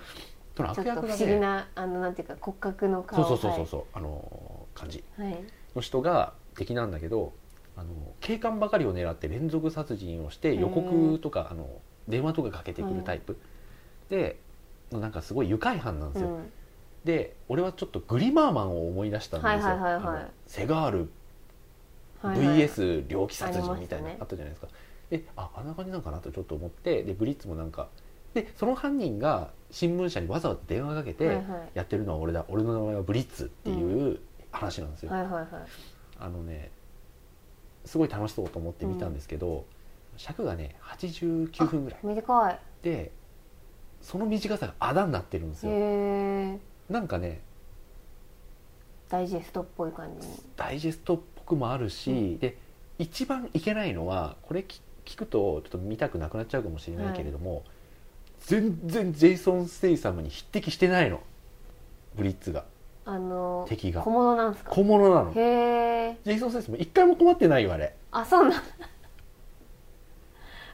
Speaker 1: その
Speaker 2: ち
Speaker 1: 悪
Speaker 2: ょっと
Speaker 1: 役
Speaker 2: 不
Speaker 1: が
Speaker 2: 思議
Speaker 1: ね
Speaker 2: なあのなんていうか骨格の
Speaker 1: そう
Speaker 2: 顔
Speaker 1: そうそうそうそう、あの感じ
Speaker 2: はいはい
Speaker 1: の人が敵なんだけどあの警官ばかりを狙って連続殺人をして予告とかあの電話とかかけてくるタイプ、でなんかすごい愉快犯なんですよ。
Speaker 2: うん
Speaker 1: で俺はちょっとグリマーマンを思い出したんですよ、
Speaker 2: はいはいはいはい
Speaker 1: あのセガール
Speaker 2: はいはい
Speaker 1: VS 猟奇殺人みたいな
Speaker 2: ありましたね
Speaker 1: あったじゃないですか、でああんな感じなんかなとちょっと思ってでブリッツもなんかでその犯人が新聞社にわざわざ電話かけて、
Speaker 2: はいはい
Speaker 1: やってるのは俺だ俺の名前はブリッツっていう話なんですよ、
Speaker 2: はいはいはい
Speaker 1: あのねすごい楽しそうと思って見たんですけど、尺がね89分ぐらい
Speaker 2: 短い
Speaker 1: でその短さがあだになってるんです
Speaker 2: へ
Speaker 1: よ
Speaker 2: え
Speaker 1: なんかね
Speaker 2: ダイジェストっぽい感じに
Speaker 1: ダイジェストっぽくもあるし、
Speaker 2: うん
Speaker 1: で一番いけないのはこれき聞くとちょっと見たくなくなっちゃうかもしれないけれども、全然ジェイソン・ステイサムに匹敵してないのブリッツが
Speaker 2: あの
Speaker 1: 敵が
Speaker 2: 小物なんですか
Speaker 1: 小物なの
Speaker 2: へ
Speaker 1: ジ
Speaker 2: え
Speaker 1: ェイソン・ステイサム一回も困ってないよあれ
Speaker 2: あそうなん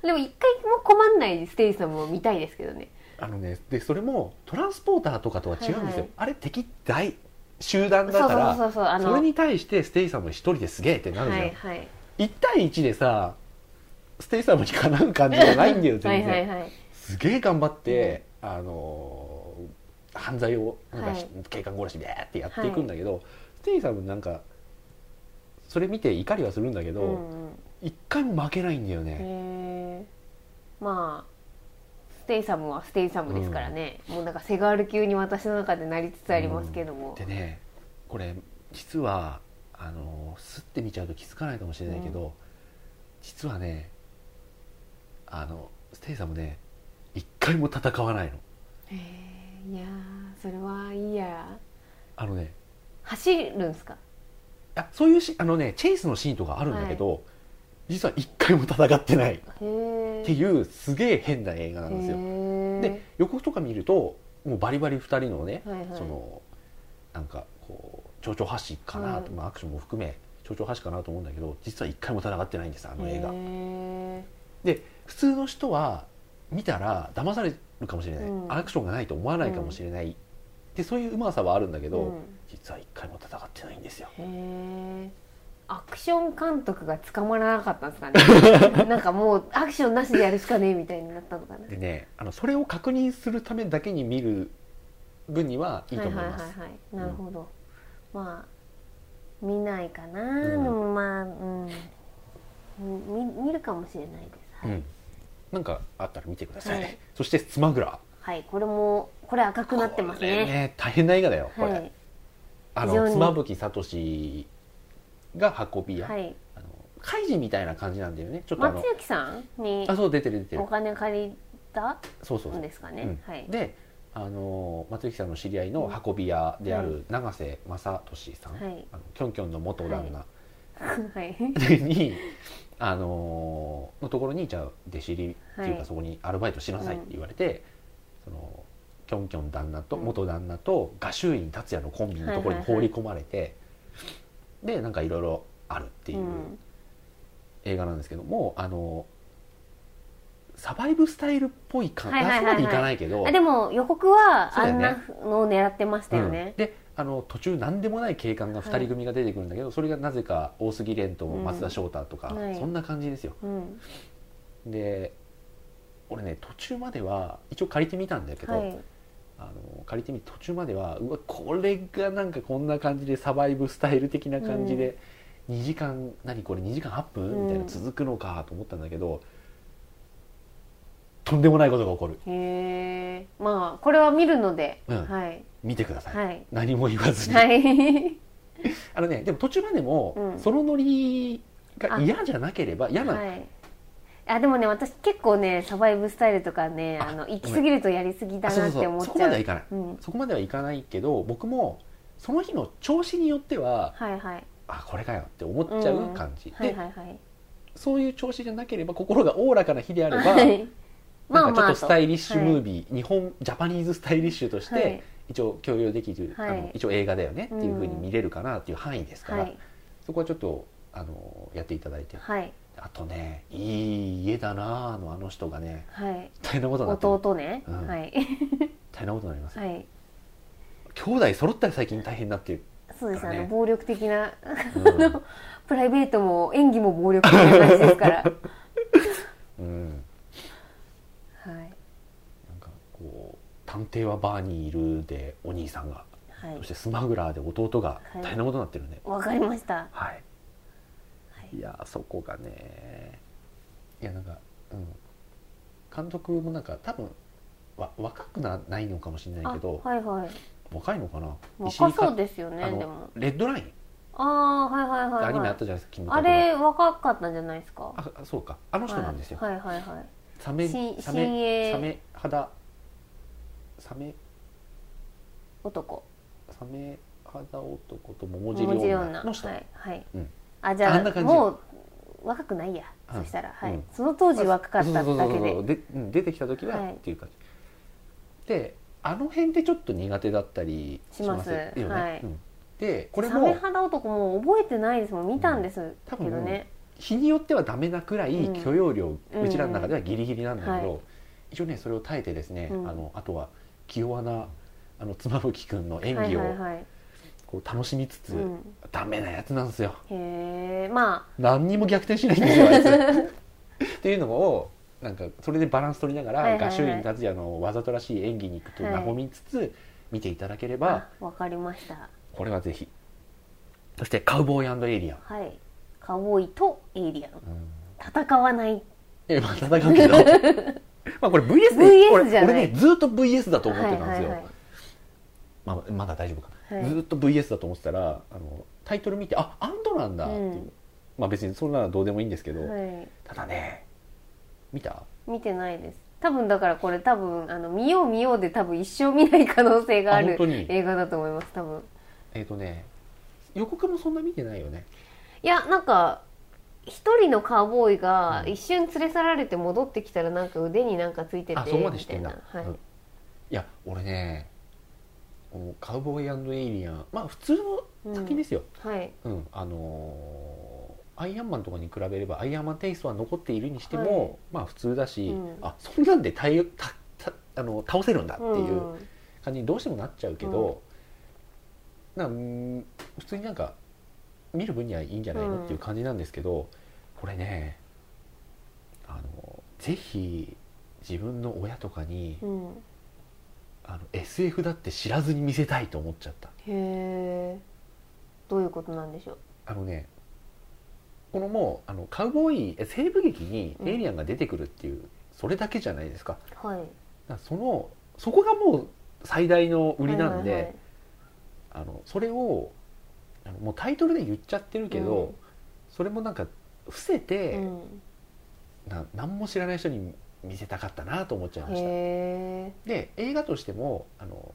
Speaker 2: でも一回も困んないステイさんも見たいですけどね
Speaker 1: あのねでそれもトランスポーターとかとは違うんですよ、
Speaker 2: はいはい
Speaker 1: あれ敵大集団
Speaker 2: そう
Speaker 1: だ
Speaker 2: そう
Speaker 1: から
Speaker 2: そうそうあの
Speaker 1: それに対してステイサム一人ですげえってなるじゃん、
Speaker 2: はいはい
Speaker 1: 1対1でさステイサムにかなう感じじゃないんだよ全然
Speaker 2: はいはいはい
Speaker 1: すげえ頑張って、あのー犯罪をなんかし、
Speaker 2: は
Speaker 1: 警官殺しでーってやっていくんだけど、ステイさんもなんかそれ見て怒りはするんだけ
Speaker 2: う
Speaker 1: ど、
Speaker 2: んうん
Speaker 1: 一回も負けないんだよね、
Speaker 2: へえまあステイサムはステイサムですからね、もうなんかセガール級に私の中でなりつつありますけども、
Speaker 1: でねこれ実はあのー吸って見ちゃうと気づかないかもしれないけど、実はねあのステイさんもね一回も戦わないの
Speaker 2: へえいやーそれはいいや
Speaker 1: あのね
Speaker 2: 走るんすか
Speaker 1: いやそういうしあのねチェイスのシーンとかあるんだけど、実は一回も戦ってない
Speaker 2: へえ
Speaker 1: っていうすげえ変な映画なんですよ。
Speaker 2: よ
Speaker 1: で予告とか見るともうバリバリ2人のね、
Speaker 2: はいはい
Speaker 1: そのなんかこう蝶々発かなと、
Speaker 2: うん
Speaker 1: まあ、アクションも含め蝶々発かなと思うんだけど実は一回も戦ってないんですあの映画。で普通の人は見たら騙されるかもしれない、
Speaker 2: うん
Speaker 1: アクションがないと思わないかもしれない、でそういううまさはあるんだけど、
Speaker 2: うん
Speaker 1: 実は一回も戦ってないんですよ。
Speaker 2: へえアクション監督が捕まらなかったんで すかねなんかもうアクションなしでやるしかねえみたいになったのかな
Speaker 1: でねあのそれを確認するためだけに見る分にはいいと思います。
Speaker 2: はいはいはいはいなるほど、まあ見ないかな、
Speaker 1: うん
Speaker 2: でもまあうんみ見るかもしれないです、
Speaker 1: う
Speaker 2: はい
Speaker 1: ん、なんかあったら見てください、
Speaker 2: はい
Speaker 1: そしてスマグラ
Speaker 2: はいこれもこれ赤くなってます
Speaker 1: これ
Speaker 2: ね
Speaker 1: ね大変な映画だよこ
Speaker 2: は
Speaker 1: れ、
Speaker 2: い
Speaker 1: あ
Speaker 2: 非常
Speaker 1: の
Speaker 2: に
Speaker 1: 妻夫木聡が運び屋、
Speaker 2: はい
Speaker 1: あのカイジみたいな感じなんだよねちょっとあの
Speaker 2: 松雪さんに
Speaker 1: あそう出てる出てる
Speaker 2: お金借りた
Speaker 1: そうそうそ
Speaker 2: ん
Speaker 1: う
Speaker 2: ですかね、
Speaker 1: うん
Speaker 2: はい
Speaker 1: であの松雪さんの知り合いの運び屋である永瀬正敏さん、
Speaker 2: はい
Speaker 1: あのキョンキョンの元旦那
Speaker 2: はい
Speaker 1: に、あのーのところにじゃあ弟子入りっていう
Speaker 2: は
Speaker 1: か
Speaker 2: い
Speaker 1: そこにアルバイトしなさいって言われて、そのキョンキョン旦那と
Speaker 2: うん
Speaker 1: 元旦那と画集院達也のコンビのところに放り込まれて、でなんかいろいろあるっていううん映画なんですけども、あのーサバイブスタイルっぽい感
Speaker 2: はい
Speaker 1: じ、
Speaker 2: はいはいはい
Speaker 1: あそこまでいかないけど
Speaker 2: あでも予告は
Speaker 1: そう
Speaker 2: あ
Speaker 1: だよ
Speaker 2: ん
Speaker 1: ね
Speaker 2: なのを狙ってましたよ
Speaker 1: う
Speaker 2: ね
Speaker 1: ん、であの途中何でもない警官が2人組が出てくるんだけど、それがなぜか大杉蓮と松田翔太とか、
Speaker 2: うんはい
Speaker 1: そんな感じですよ
Speaker 2: うん
Speaker 1: で俺ね途中までは一応借りてみたんだけど、
Speaker 2: はい
Speaker 1: あの借りてみて途中まではうわこれがなんかこんな感じでサバイブスタイル的な感じで、2時間何これ2時間8分みたいな
Speaker 2: うん
Speaker 1: 続くのかと思ったんだけど、とんでもないことが起こる
Speaker 2: へえまあこれは見るので、
Speaker 1: うん
Speaker 2: はい
Speaker 1: 見てください、
Speaker 2: はい
Speaker 1: 何も言わずに、
Speaker 2: はい
Speaker 1: あのねでも途中までも、
Speaker 2: うん
Speaker 1: そのノリが嫌じゃなければ嫌な、
Speaker 2: はいあでもね私結構ねサバイブスタイルとかね
Speaker 1: あ
Speaker 2: あの行き過ぎるとやりすぎだなって思っ
Speaker 1: そ
Speaker 2: ち
Speaker 1: こま
Speaker 2: ゃ
Speaker 1: では
Speaker 2: う
Speaker 1: いかない
Speaker 2: うん
Speaker 1: そこまではいかないけど僕もその日の調子によっては
Speaker 2: はいはい
Speaker 1: あこれかよって思っちゃう感じ、
Speaker 2: はい
Speaker 1: で
Speaker 2: はいはい
Speaker 1: そういう調子じゃなければ心がおおら かな日であれば、
Speaker 2: はいま
Speaker 1: な
Speaker 2: あ
Speaker 1: んかちょ
Speaker 2: ま
Speaker 1: っ
Speaker 2: あ
Speaker 1: とスタ
Speaker 2: イ
Speaker 1: イリッシュムービー、日本ジャパニーズスタイリッシュとして、
Speaker 2: はい
Speaker 1: 一応共有できる、
Speaker 2: はい
Speaker 1: あの一応映画だよねっていうふうに見れるかなっていう範囲ですから、
Speaker 2: はい
Speaker 1: そこはちょっとあのやっていただいて
Speaker 2: はい
Speaker 1: あとねいい家だなあのあの人がね
Speaker 2: はい
Speaker 1: 大変なことになってる
Speaker 2: 弟ね、
Speaker 1: うん
Speaker 2: はい
Speaker 1: 大変なことになります、
Speaker 2: はい
Speaker 1: 兄弟揃ったら最近大変になってる、
Speaker 2: そうです、
Speaker 1: だ
Speaker 2: あ
Speaker 1: ね
Speaker 2: の暴力的な
Speaker 1: うん
Speaker 2: プライベートも演技も暴力的な話ですから は
Speaker 1: うん
Speaker 2: い
Speaker 1: なんかこう「探偵はバーにいる」でお兄さんが
Speaker 2: はい
Speaker 1: そして「スマグラー」で弟が
Speaker 2: はい
Speaker 1: 大変なことになってるね
Speaker 2: わかりました
Speaker 1: はい、
Speaker 2: はい
Speaker 1: い、やーそこがねいやなんか、うん、監督もなんか多分わ若くなないのかもしれないけど
Speaker 2: あはいはい
Speaker 1: 若いのかな
Speaker 2: 若
Speaker 1: 石井か
Speaker 2: そうですよね
Speaker 1: あ
Speaker 2: で
Speaker 1: の
Speaker 2: も
Speaker 1: レッドラインって
Speaker 2: ああはいはいはい、はい、
Speaker 1: アニメあったじゃないですか君と
Speaker 2: あれ若かったんじゃないですか
Speaker 1: ああそうかあの人なんですよ、
Speaker 2: はい、はいはいはい
Speaker 1: サメサ
Speaker 2: し
Speaker 1: メサ
Speaker 2: 新鋭
Speaker 1: メ肌サメ
Speaker 2: 男
Speaker 1: サメ肌男と桃尻
Speaker 2: 桃尻
Speaker 1: 女
Speaker 2: 女
Speaker 1: の人、
Speaker 2: はいはい、
Speaker 1: うん
Speaker 2: あじゃ
Speaker 1: あ
Speaker 2: あ
Speaker 1: んな感じ
Speaker 2: もう若くないや、
Speaker 1: うん
Speaker 2: そしたらはい、
Speaker 1: うん
Speaker 2: その当時若かっただけで、
Speaker 1: そうそうそうそうでうん出てきた時は、
Speaker 2: はい
Speaker 1: っていう感じであの辺ってちょっと苦手だったり
Speaker 2: します
Speaker 1: よね、
Speaker 2: はい
Speaker 1: うんでこれ
Speaker 2: サ
Speaker 1: も
Speaker 2: メ肌男も覚えてないですもん見たんですけどね、
Speaker 1: 日によってはダメなくらい
Speaker 2: うん
Speaker 1: 許容量、う
Speaker 2: うん
Speaker 1: ちらの中ではギリギリなんだけど、
Speaker 2: は
Speaker 1: 一応ねそれを耐えてですね、
Speaker 2: うん
Speaker 1: あのあとは気弱なあの妻夫木君の演
Speaker 2: は
Speaker 1: 技
Speaker 2: い
Speaker 1: を
Speaker 2: はいはい、
Speaker 1: こう楽しみつつ、
Speaker 2: うん、
Speaker 1: ダメなやつなんですよ
Speaker 2: へえま
Speaker 1: 何にも逆転しないんですよあいつっていうのをなんかそれでバランス取りなが
Speaker 2: は
Speaker 1: ら
Speaker 2: いはいはい
Speaker 1: 画集院達也のわざとらしい演技にちょっと和みつつ見ていただけれ
Speaker 2: あ
Speaker 1: ば
Speaker 2: あわかりました
Speaker 1: これはぜひそして「カウボーイエイリアン
Speaker 2: はいカウボーイとエイリアン」
Speaker 1: うん
Speaker 2: 戦わない
Speaker 1: えまあ戦うけど まあこれ VS で
Speaker 2: VS
Speaker 1: 俺
Speaker 2: じゃない
Speaker 1: 俺ねずっと VS だと思っ
Speaker 2: は
Speaker 1: て
Speaker 2: い
Speaker 1: たんで
Speaker 2: は
Speaker 1: す
Speaker 2: い
Speaker 1: よ、
Speaker 2: はい
Speaker 1: まあ、まだ大丈夫か、
Speaker 2: はい
Speaker 1: ずっと VS だと思ってたらあのタイトル見てあアンドなんだっていう、
Speaker 2: うん
Speaker 1: まあ別にそんなのはどうでもいいんですけど、
Speaker 2: はい
Speaker 1: ただね見た
Speaker 2: 見てないです多分だからこれ多分あの見よう見ようで多分一生見ない可能性があ
Speaker 1: あ
Speaker 2: る
Speaker 1: 本当に
Speaker 2: 映画だと思います多分
Speaker 1: えっ、とね予告もそんな見てないよね
Speaker 2: いやなんか一人のカウボーイが
Speaker 1: うん
Speaker 2: 一瞬連れ去られて戻ってきたらなんか腕になんかついてて
Speaker 1: あそこまで知ってんだ、
Speaker 2: みたいな
Speaker 1: う
Speaker 2: は
Speaker 1: んいや俺ねこのカウボーイエイリアンまあ普通の作品ですよ、
Speaker 2: い、はい、
Speaker 1: うんあのーアイアンマンとかに比べればアイアンマンテイストは残っているにしても、
Speaker 2: はい
Speaker 1: まあ普通だし、
Speaker 2: うん
Speaker 1: あそんなんで対応たたあの倒せるんだって
Speaker 2: うん
Speaker 1: いう感じにどうしてもなっちゃうけど、なんかうーん普通になんか見る分にはいいんじゃないの、
Speaker 2: うん
Speaker 1: っていう感じなんですけどこれねあのぜひ自分の親とかに、
Speaker 2: うん
Speaker 1: あの SF だって知らずに見せたいと思っちゃった
Speaker 2: へえどういうことなんでしょう
Speaker 1: あのねこのもうあのカウボーイえ西部劇にエイリアンが出てくるっていう、それだけじゃないですかだか
Speaker 2: はい
Speaker 1: らそのそこがもう最大の売りなんで、
Speaker 2: はいはいはい
Speaker 1: あのそれをあのもうタイトルで言っちゃってるけど、
Speaker 2: うん
Speaker 1: それもなんか伏せて、
Speaker 2: うん
Speaker 1: な何も知らない人に見せたかったなと思っちゃいました
Speaker 2: へえ
Speaker 1: で映画としてもあの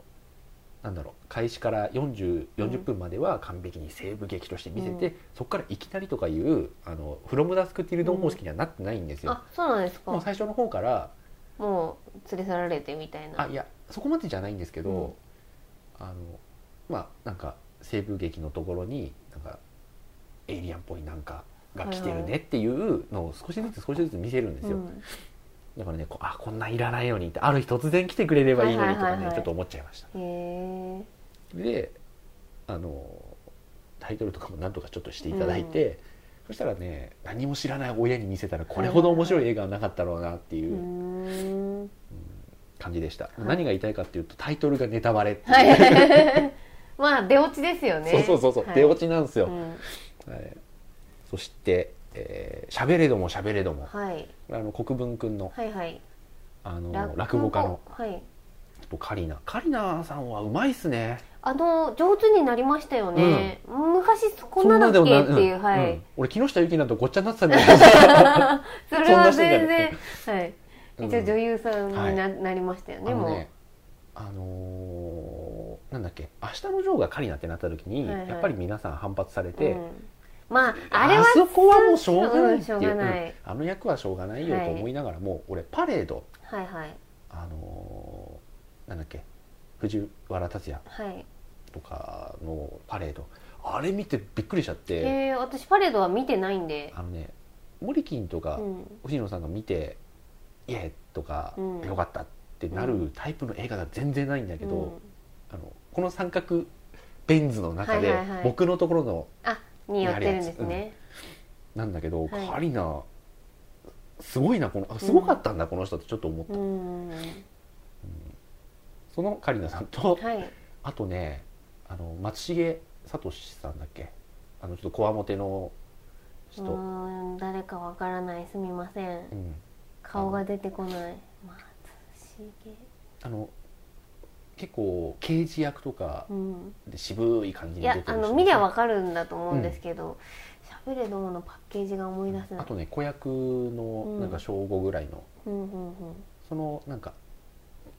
Speaker 1: なんだろう開始から4040分までは完璧に西部劇として見せて、
Speaker 2: うん
Speaker 1: そこからいきなりとかいうあのフロムダスクティルドン方式にはなってないんですよ
Speaker 2: あ、そうなんです
Speaker 1: もう
Speaker 2: か
Speaker 1: 最初の方から
Speaker 2: もう連れ去られてみたいな
Speaker 1: あいやそこまでじゃないんですけど、
Speaker 2: うん
Speaker 1: あのまあなんか西部劇のところになんかエイリアンっぽいなんかが来てるねっていうのを少しずつ少しずつ見せるんですよ、
Speaker 2: うん
Speaker 1: だからねこうあこんないらないのにってある日突然来てくれればいいのにとかね、
Speaker 2: はいはいはいはい
Speaker 1: ちょっと思っちゃいました
Speaker 2: へえ
Speaker 1: であのタイトルとかもなんとかちょっとしていただいて、そしたらね何も知らない親に見せたらこれほど面白い映画はなかったろうなっていうう
Speaker 2: ーん
Speaker 1: 感じでした、
Speaker 2: い
Speaker 1: 何が言いたいかっていうとタイトルがネタバレっていう
Speaker 2: はい まあ出落ちですよね
Speaker 1: そうそうそうそう、
Speaker 2: はい
Speaker 1: 出落ちなんです
Speaker 2: う
Speaker 1: よ、
Speaker 2: ん
Speaker 1: はいそして「喋、えー、喋れども喋れども」
Speaker 2: はい
Speaker 1: これあの国分くんの
Speaker 2: はいはい
Speaker 1: あの落語家の
Speaker 2: はい
Speaker 1: カリナカリナさんはうまいっすね
Speaker 2: あの上手になりましたよね、昔こんなだっけ
Speaker 1: そでも
Speaker 2: っていう、
Speaker 1: ん
Speaker 2: はい、
Speaker 1: うん俺木下ゆきなんとごっちゃになってたんだ よ
Speaker 2: それは
Speaker 1: そんな人
Speaker 2: 全
Speaker 1: じゃな
Speaker 2: 然はい一応女優さんにな,、なりましたよね
Speaker 1: あの
Speaker 2: もう、
Speaker 1: ねあのーなんだっけ「明日のジョー」がカリナってなった時に、
Speaker 2: はいはい
Speaker 1: やっぱり皆さん反発されて、
Speaker 2: うん、まああれは
Speaker 1: そこはもうしょうがない
Speaker 2: うん
Speaker 1: って
Speaker 2: し
Speaker 1: い
Speaker 2: ょ
Speaker 1: う,、
Speaker 2: うがない
Speaker 1: うんあの役はしょうがないよと思いながらも、俺パレード
Speaker 2: はいはい
Speaker 1: あのーなんだっけ藤原竜也
Speaker 2: はい
Speaker 1: とかのパレードあれ見てびっくりしちゃって
Speaker 2: えー、私パレードは見てないんで
Speaker 1: あのねモリキンとか
Speaker 2: うん
Speaker 1: 星野さんが見て「イエーとか「
Speaker 2: うん
Speaker 1: よかった」ってなるタイプの映画が全然ないんだけど、
Speaker 2: うん
Speaker 1: あのこの三角ベンズの中で
Speaker 2: はいはいはい
Speaker 1: 僕のところの
Speaker 2: あに寄ってるんですね、
Speaker 1: なんだけど、
Speaker 2: はい
Speaker 1: カリナすごいなこのあすごかったんだ、この人ってちょっと思った、
Speaker 2: うん
Speaker 1: そのカリナさんと、
Speaker 2: はい
Speaker 1: あとねあの松重聡さんだっけあのちょっとこわもての
Speaker 2: う
Speaker 1: 人、
Speaker 2: ーん誰かわからないすみません
Speaker 1: うん
Speaker 2: 顔が出てこない松重
Speaker 1: あの結構刑事役とか
Speaker 2: うん
Speaker 1: で渋い感じ
Speaker 2: い
Speaker 1: に出
Speaker 2: や
Speaker 1: てる
Speaker 2: あ
Speaker 1: 人
Speaker 2: の見りゃわかるんだと思うんですけど「喋、れども」のパッケージが思い出せな
Speaker 1: あ
Speaker 2: い
Speaker 1: とね子役のなんか小5ぐらいの、
Speaker 2: うんうんうん
Speaker 1: そのなんか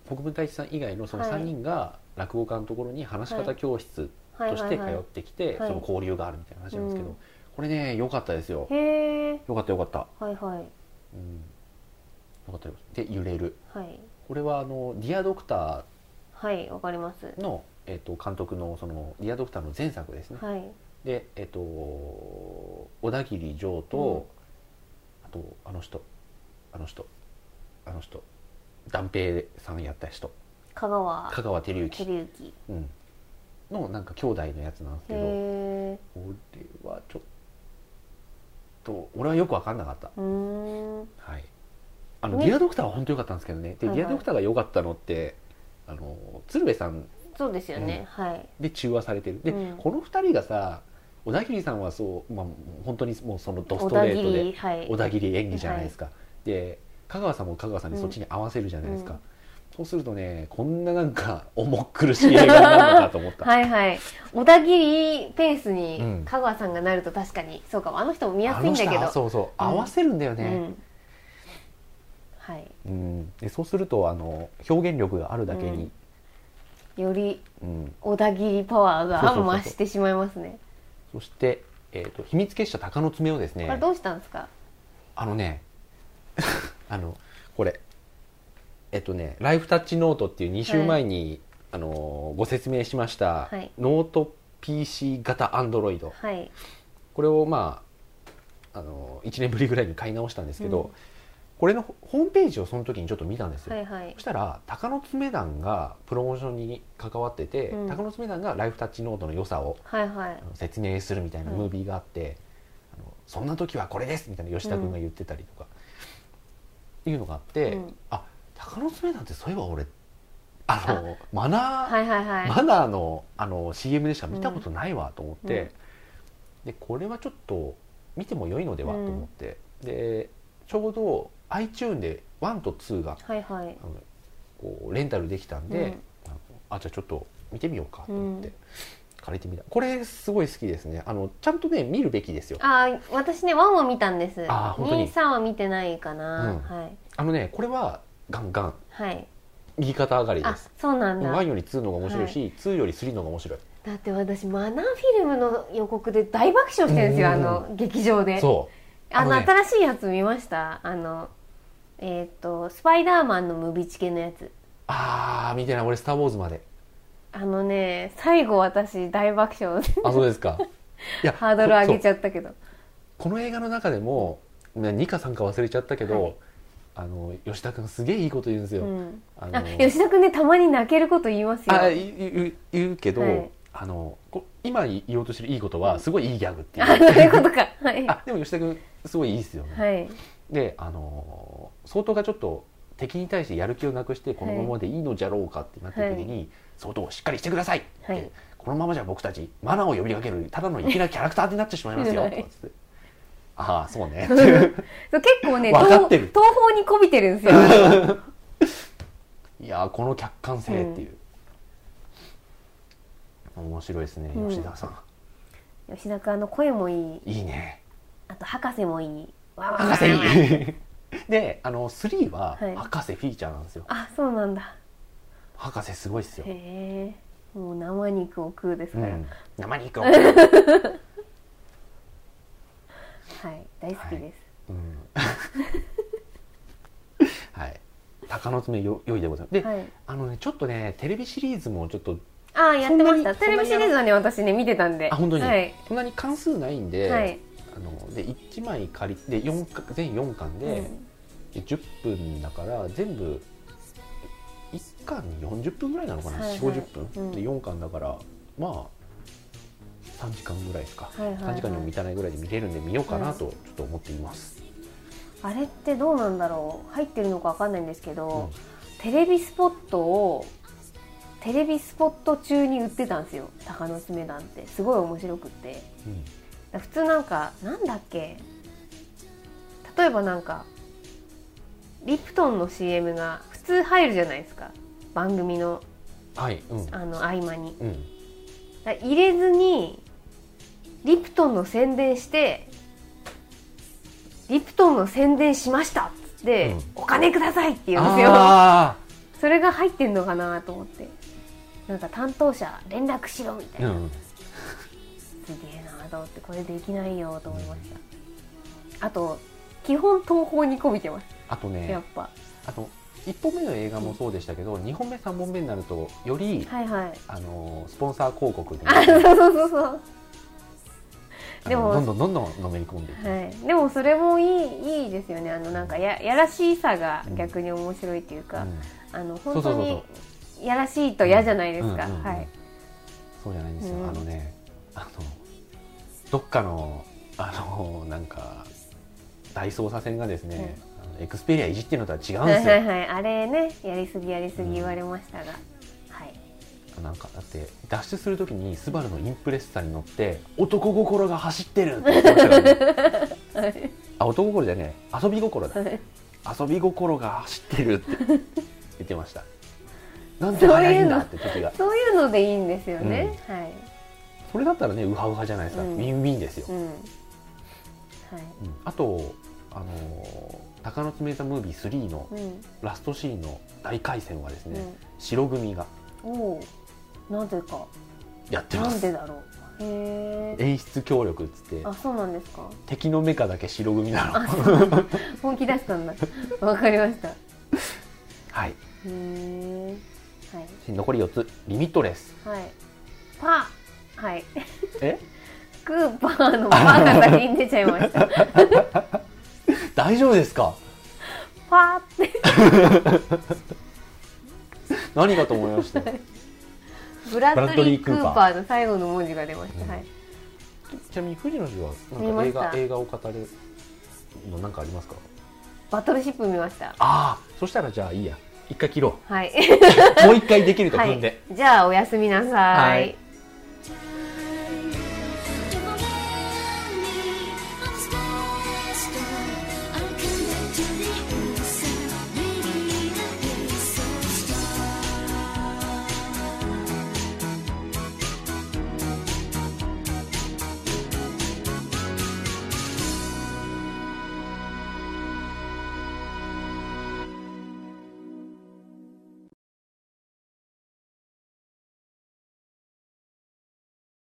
Speaker 1: 国分太一さん以外のその3人が落語家のところに話し方教室
Speaker 2: はい
Speaker 1: と
Speaker 2: は
Speaker 1: して
Speaker 2: い
Speaker 1: 通
Speaker 2: は
Speaker 1: っ
Speaker 2: い
Speaker 1: てきて、
Speaker 2: はい
Speaker 1: その交流があるみたいな話なんですけど、
Speaker 2: うん
Speaker 1: これね良かったですよ
Speaker 2: へえ
Speaker 1: 良かった良かった、
Speaker 2: はいはい
Speaker 1: うん、良かったよで「揺れる
Speaker 2: はい」
Speaker 1: これはあの「ディアドクタ
Speaker 2: はいわかります
Speaker 1: ーの」えっと監督のその「ディアドクター」の前作ですね、
Speaker 2: はい
Speaker 1: でえっと小田切丈と、あとあの人あの人あの人断平さんやった人
Speaker 2: 香川
Speaker 1: 香川照之
Speaker 2: 照之
Speaker 1: うん、のなんか兄弟のやつなんですけど
Speaker 2: へえ
Speaker 1: 俺はちょっと俺はよく分かんなかった、
Speaker 2: うーん
Speaker 1: はい、あの
Speaker 2: ね
Speaker 1: ディアドクターは本当良かったんですけどねで、
Speaker 2: はいはい
Speaker 1: ディアドクターが良かったのってあの鶴瓶さん
Speaker 2: そうですよね、はい
Speaker 1: で中和されてるで、
Speaker 2: うん
Speaker 1: この2人がさ小田切さんはそう、まあ、本当にもうそのドス
Speaker 2: 小
Speaker 1: トレ
Speaker 2: 田
Speaker 1: ートで
Speaker 2: 切はい
Speaker 1: 小田切演技じゃないですか、で香川さんも香川さんにそっちに合わせるじゃないですか、
Speaker 2: うん
Speaker 1: そうするとねこんななんか重っ苦しい映画になるのかと思った、
Speaker 2: はいはい小田切ペース
Speaker 1: う
Speaker 2: に
Speaker 1: ん
Speaker 2: 香川さんがなると確かに、そうかもあの人も見や
Speaker 1: あ
Speaker 2: すい
Speaker 1: の
Speaker 2: んだ
Speaker 1: 人
Speaker 2: けど
Speaker 1: はそうそう、合わせるんだよ
Speaker 2: う
Speaker 1: ね、
Speaker 2: ん、はい
Speaker 1: うんでそうするとあの表現力があるだけに、
Speaker 2: より
Speaker 1: うん
Speaker 2: 小田切パワ
Speaker 1: そ
Speaker 2: ー
Speaker 1: うそうそうそう
Speaker 2: が増してしまいますね
Speaker 1: そして、えーと「秘密結社鷹の爪」をです
Speaker 2: これ
Speaker 1: ね
Speaker 2: どうしたんですか
Speaker 1: あのね あのこれえっとね「ライフタッチノート」っていう2週前に、あのーご説明しました、
Speaker 2: はい
Speaker 1: ノート PC 型アンドロイド
Speaker 2: はい
Speaker 1: これをまああの1年ぶりぐらいに買い直したんですけど、
Speaker 2: うん
Speaker 1: これのホホームページをその時にちょっと見たんですよ、
Speaker 2: はいはい
Speaker 1: そしたら鷹の爪団がプロモーションに関わってて、
Speaker 2: うん
Speaker 1: 鷹の爪団が「ライフタッチノート」の良さを
Speaker 2: はいはい
Speaker 1: あの説明するみたいな
Speaker 2: うん
Speaker 1: ムービーがあって「あのそんな時はこれです」みたいな吉田君が言ってたりとか、いうのがあって、
Speaker 2: うん
Speaker 1: あ鷹の爪団ってそういえば俺あのマナー、
Speaker 2: はいはいはい
Speaker 1: マナーのあの CM でしか見たことないわと思って、でこれはちょっと見ても良いのではと思って、でちょうど iTune で1と2が
Speaker 2: はいはい
Speaker 1: あのこうレンタルできたんで、あのあじゃあちょっと見てみようかと思って、
Speaker 2: うん
Speaker 1: 借りてみたこれすごい好きですねあのちゃんとね見るべきですよあ
Speaker 2: あー私ねワンは見たんです
Speaker 1: あー本当に
Speaker 2: 二三は見てないか
Speaker 1: う
Speaker 2: な、
Speaker 1: ん
Speaker 2: はい
Speaker 1: のねこれはガンガン
Speaker 2: はい
Speaker 1: 右肩上がりで
Speaker 2: あ
Speaker 1: す
Speaker 2: そうなんだ
Speaker 1: 1より2の方が面白いし、2より3の方が面白い
Speaker 2: だって私マナーフィルムの予告で大爆笑してるんですよ、
Speaker 1: うん
Speaker 2: あ
Speaker 1: うんうん
Speaker 2: の劇場で
Speaker 1: そ
Speaker 2: あの
Speaker 1: あのね
Speaker 2: 新しいやつ見ましたあのえーっ、とスパイダーマンのムビチケのやつ
Speaker 1: うああ見てない俺「スター・ウォーズ」ま で
Speaker 2: あのね最後私大爆笑
Speaker 1: あそうですかいや
Speaker 2: ハードル上げ
Speaker 1: そう
Speaker 2: ちゃったけど
Speaker 1: この映画の中でも2か3か忘れちゃったけど、
Speaker 2: はい
Speaker 1: あの吉田君すげえいいこと言うんです
Speaker 2: う
Speaker 1: よ、
Speaker 2: ん、
Speaker 1: あの
Speaker 2: あ吉田君ねたまに泣けること言いますよ
Speaker 1: あ言う言う言うけど、
Speaker 2: はい
Speaker 1: あのこ今言おうとしてるいいことはすごいいいギャグっていう、
Speaker 2: あそういうことかはい
Speaker 1: あでも吉田君すごいいいですよね、
Speaker 2: はい
Speaker 1: であの相当がちょっと敵に対してやる気をなくしてこのままでいいのじゃろうかってなった時に、相当しっかりしてくださいって、
Speaker 2: はい
Speaker 1: このままじゃ僕たちマナーを呼びかけるただの粋なキャラクターになってしまいますよ、
Speaker 2: はい
Speaker 1: とかっつってああ そうねっていう
Speaker 2: そう結構ね
Speaker 1: わかってる
Speaker 2: 東東方にこびてるんですよあ れ
Speaker 1: いやーこの客観性っていう、面白いですね
Speaker 2: うん
Speaker 1: 吉田さん、
Speaker 2: 吉田君あの声もいい
Speaker 1: いいね
Speaker 2: あと博士もいいわわわわ
Speaker 1: 博士いいであの3は
Speaker 2: はい
Speaker 1: 博士フィーチャーなんですよ、
Speaker 2: あそうなんだ
Speaker 1: 博士すごいっすよ、
Speaker 2: へえもう生肉を食うです
Speaker 1: う
Speaker 2: から、
Speaker 1: ん、生肉を、
Speaker 2: はい大好きです、
Speaker 1: うん、はい鷹の爪よ良いでございますで、
Speaker 2: はい
Speaker 1: あのねちょっとねテレビシリーズもちょっと
Speaker 2: ああやってました
Speaker 1: そ
Speaker 2: テ
Speaker 1: んなに
Speaker 2: レビシリーズはね私ね見てたんで
Speaker 1: あ本当に、
Speaker 2: はい、
Speaker 1: そんなに関数ないんで,、
Speaker 2: はい
Speaker 1: あので1枚借りで四巻全4巻で、で10分だから全部1巻40分ぐらいなのかな、
Speaker 2: はいはい
Speaker 1: 4 5 0分、
Speaker 2: うん
Speaker 1: で4巻だからまあ3時間ぐらいですか、
Speaker 2: はいはいはい
Speaker 1: 3時間にも満たないぐらいで見れるんで見ようかなとちょっと思っています、
Speaker 2: あれってどうなんだろう入ってるのかわかんないんですけ
Speaker 1: うん
Speaker 2: ど、テレビスポットをテレビスポット中に売ってたんですよ鷹の爪団ってすごい面白くって
Speaker 1: うん
Speaker 2: 普通なんかなんだっけ例えばなんかリプトンの CM が普通入るじゃないですか番組の
Speaker 1: はいうん
Speaker 2: あの合間に
Speaker 1: うん
Speaker 2: だ入れずにリプトンの宣伝してリプトンの宣伝しましたっつって、
Speaker 1: うん
Speaker 2: お金くださいって言うんですよ
Speaker 1: あ
Speaker 2: それが入ってんのかなと思ってなんか担当者連絡しろみたい
Speaker 1: ー
Speaker 2: な、
Speaker 1: うん
Speaker 2: すげえなと思ってこれできないよと思いました、あと基本東方にこびてます、
Speaker 1: あと
Speaker 2: やっ
Speaker 1: ね
Speaker 2: ぱ
Speaker 1: あと1本目の映画もそうでしたけど、2本目3本目になるとより、
Speaker 2: はいはい
Speaker 1: あのースポンサー広告で
Speaker 2: あそうそうそうそう
Speaker 1: あ
Speaker 2: で
Speaker 1: の
Speaker 2: も
Speaker 1: どんどんどんどんのめり込んでいく、
Speaker 2: はい、でもそれもいいいいですよねあのなんかややらしさが逆に面白いっていうか、
Speaker 1: うん
Speaker 2: あの
Speaker 1: そ
Speaker 2: 本
Speaker 1: うそう
Speaker 2: 当
Speaker 1: そう
Speaker 2: に
Speaker 1: そ
Speaker 2: やらしいと嫌じゃないですか、
Speaker 1: うんうんうん
Speaker 2: はい
Speaker 1: そうじゃないんですよ、
Speaker 2: うん
Speaker 1: あのねあのどっかのあのなんか大捜査線がですね、あのエクスペリアいじってるのとは違うん
Speaker 2: は
Speaker 1: で
Speaker 2: い
Speaker 1: すよ、
Speaker 2: はいはいあれねやりすぎやりすぎ言われましたが、はい
Speaker 1: なんかだって脱出するときにスバルのインプレッサに乗って男心が走ってるって言ってましたから ねあ男心じゃねえ遊び心だ
Speaker 2: はい
Speaker 1: 遊び心が走ってるって言ってましたなんて早いんだって時が
Speaker 2: そういうのでいいんですよね、はい
Speaker 1: それだったらねウハウハじゃないですか、
Speaker 2: うん
Speaker 1: ウィンウィンですよ、
Speaker 2: うんはい
Speaker 1: うんあとあのー「鷹の爪ザムービー3」の
Speaker 2: うん
Speaker 1: ラストシーンの大回戦はです
Speaker 2: う
Speaker 1: ね、
Speaker 2: ん
Speaker 1: 白組が
Speaker 2: おおなぜか
Speaker 1: やってま
Speaker 2: なん
Speaker 1: す
Speaker 2: でだろうへえ
Speaker 1: 演出協力っつって
Speaker 2: あそうなんですか
Speaker 1: 敵のメカだけ白組なの
Speaker 2: 本気出し たんだわかりましたへ
Speaker 1: はい
Speaker 2: えはい
Speaker 1: 残り4つリミットレス
Speaker 2: はいパーはい
Speaker 1: え
Speaker 2: クーパーのパーが先に出ちゃいま した
Speaker 1: 大丈夫ですか
Speaker 2: パーって
Speaker 1: 何かと思いました
Speaker 2: ブラ
Speaker 1: ブ
Speaker 2: ッ
Speaker 1: ラッド
Speaker 2: ドリ
Speaker 1: リ
Speaker 2: ー・
Speaker 1: ー
Speaker 2: ク
Speaker 1: ク
Speaker 2: ー
Speaker 1: ー
Speaker 2: パ
Speaker 1: パー
Speaker 2: ーの最後の文字が出ました、
Speaker 1: うん
Speaker 2: はい
Speaker 1: ちなみに藤野氏は
Speaker 2: 見
Speaker 1: なん
Speaker 2: ま
Speaker 1: か
Speaker 2: し
Speaker 1: 映
Speaker 2: た
Speaker 1: 画映画を語るのなんかありますか
Speaker 2: バトルシップ見ました
Speaker 1: ああそしたらじゃあいいや一回切ろ
Speaker 2: はい
Speaker 1: うもう一回できると
Speaker 2: は
Speaker 1: 踏んで、
Speaker 2: いじゃあおやすみなさ
Speaker 1: はいい
Speaker 3: Tell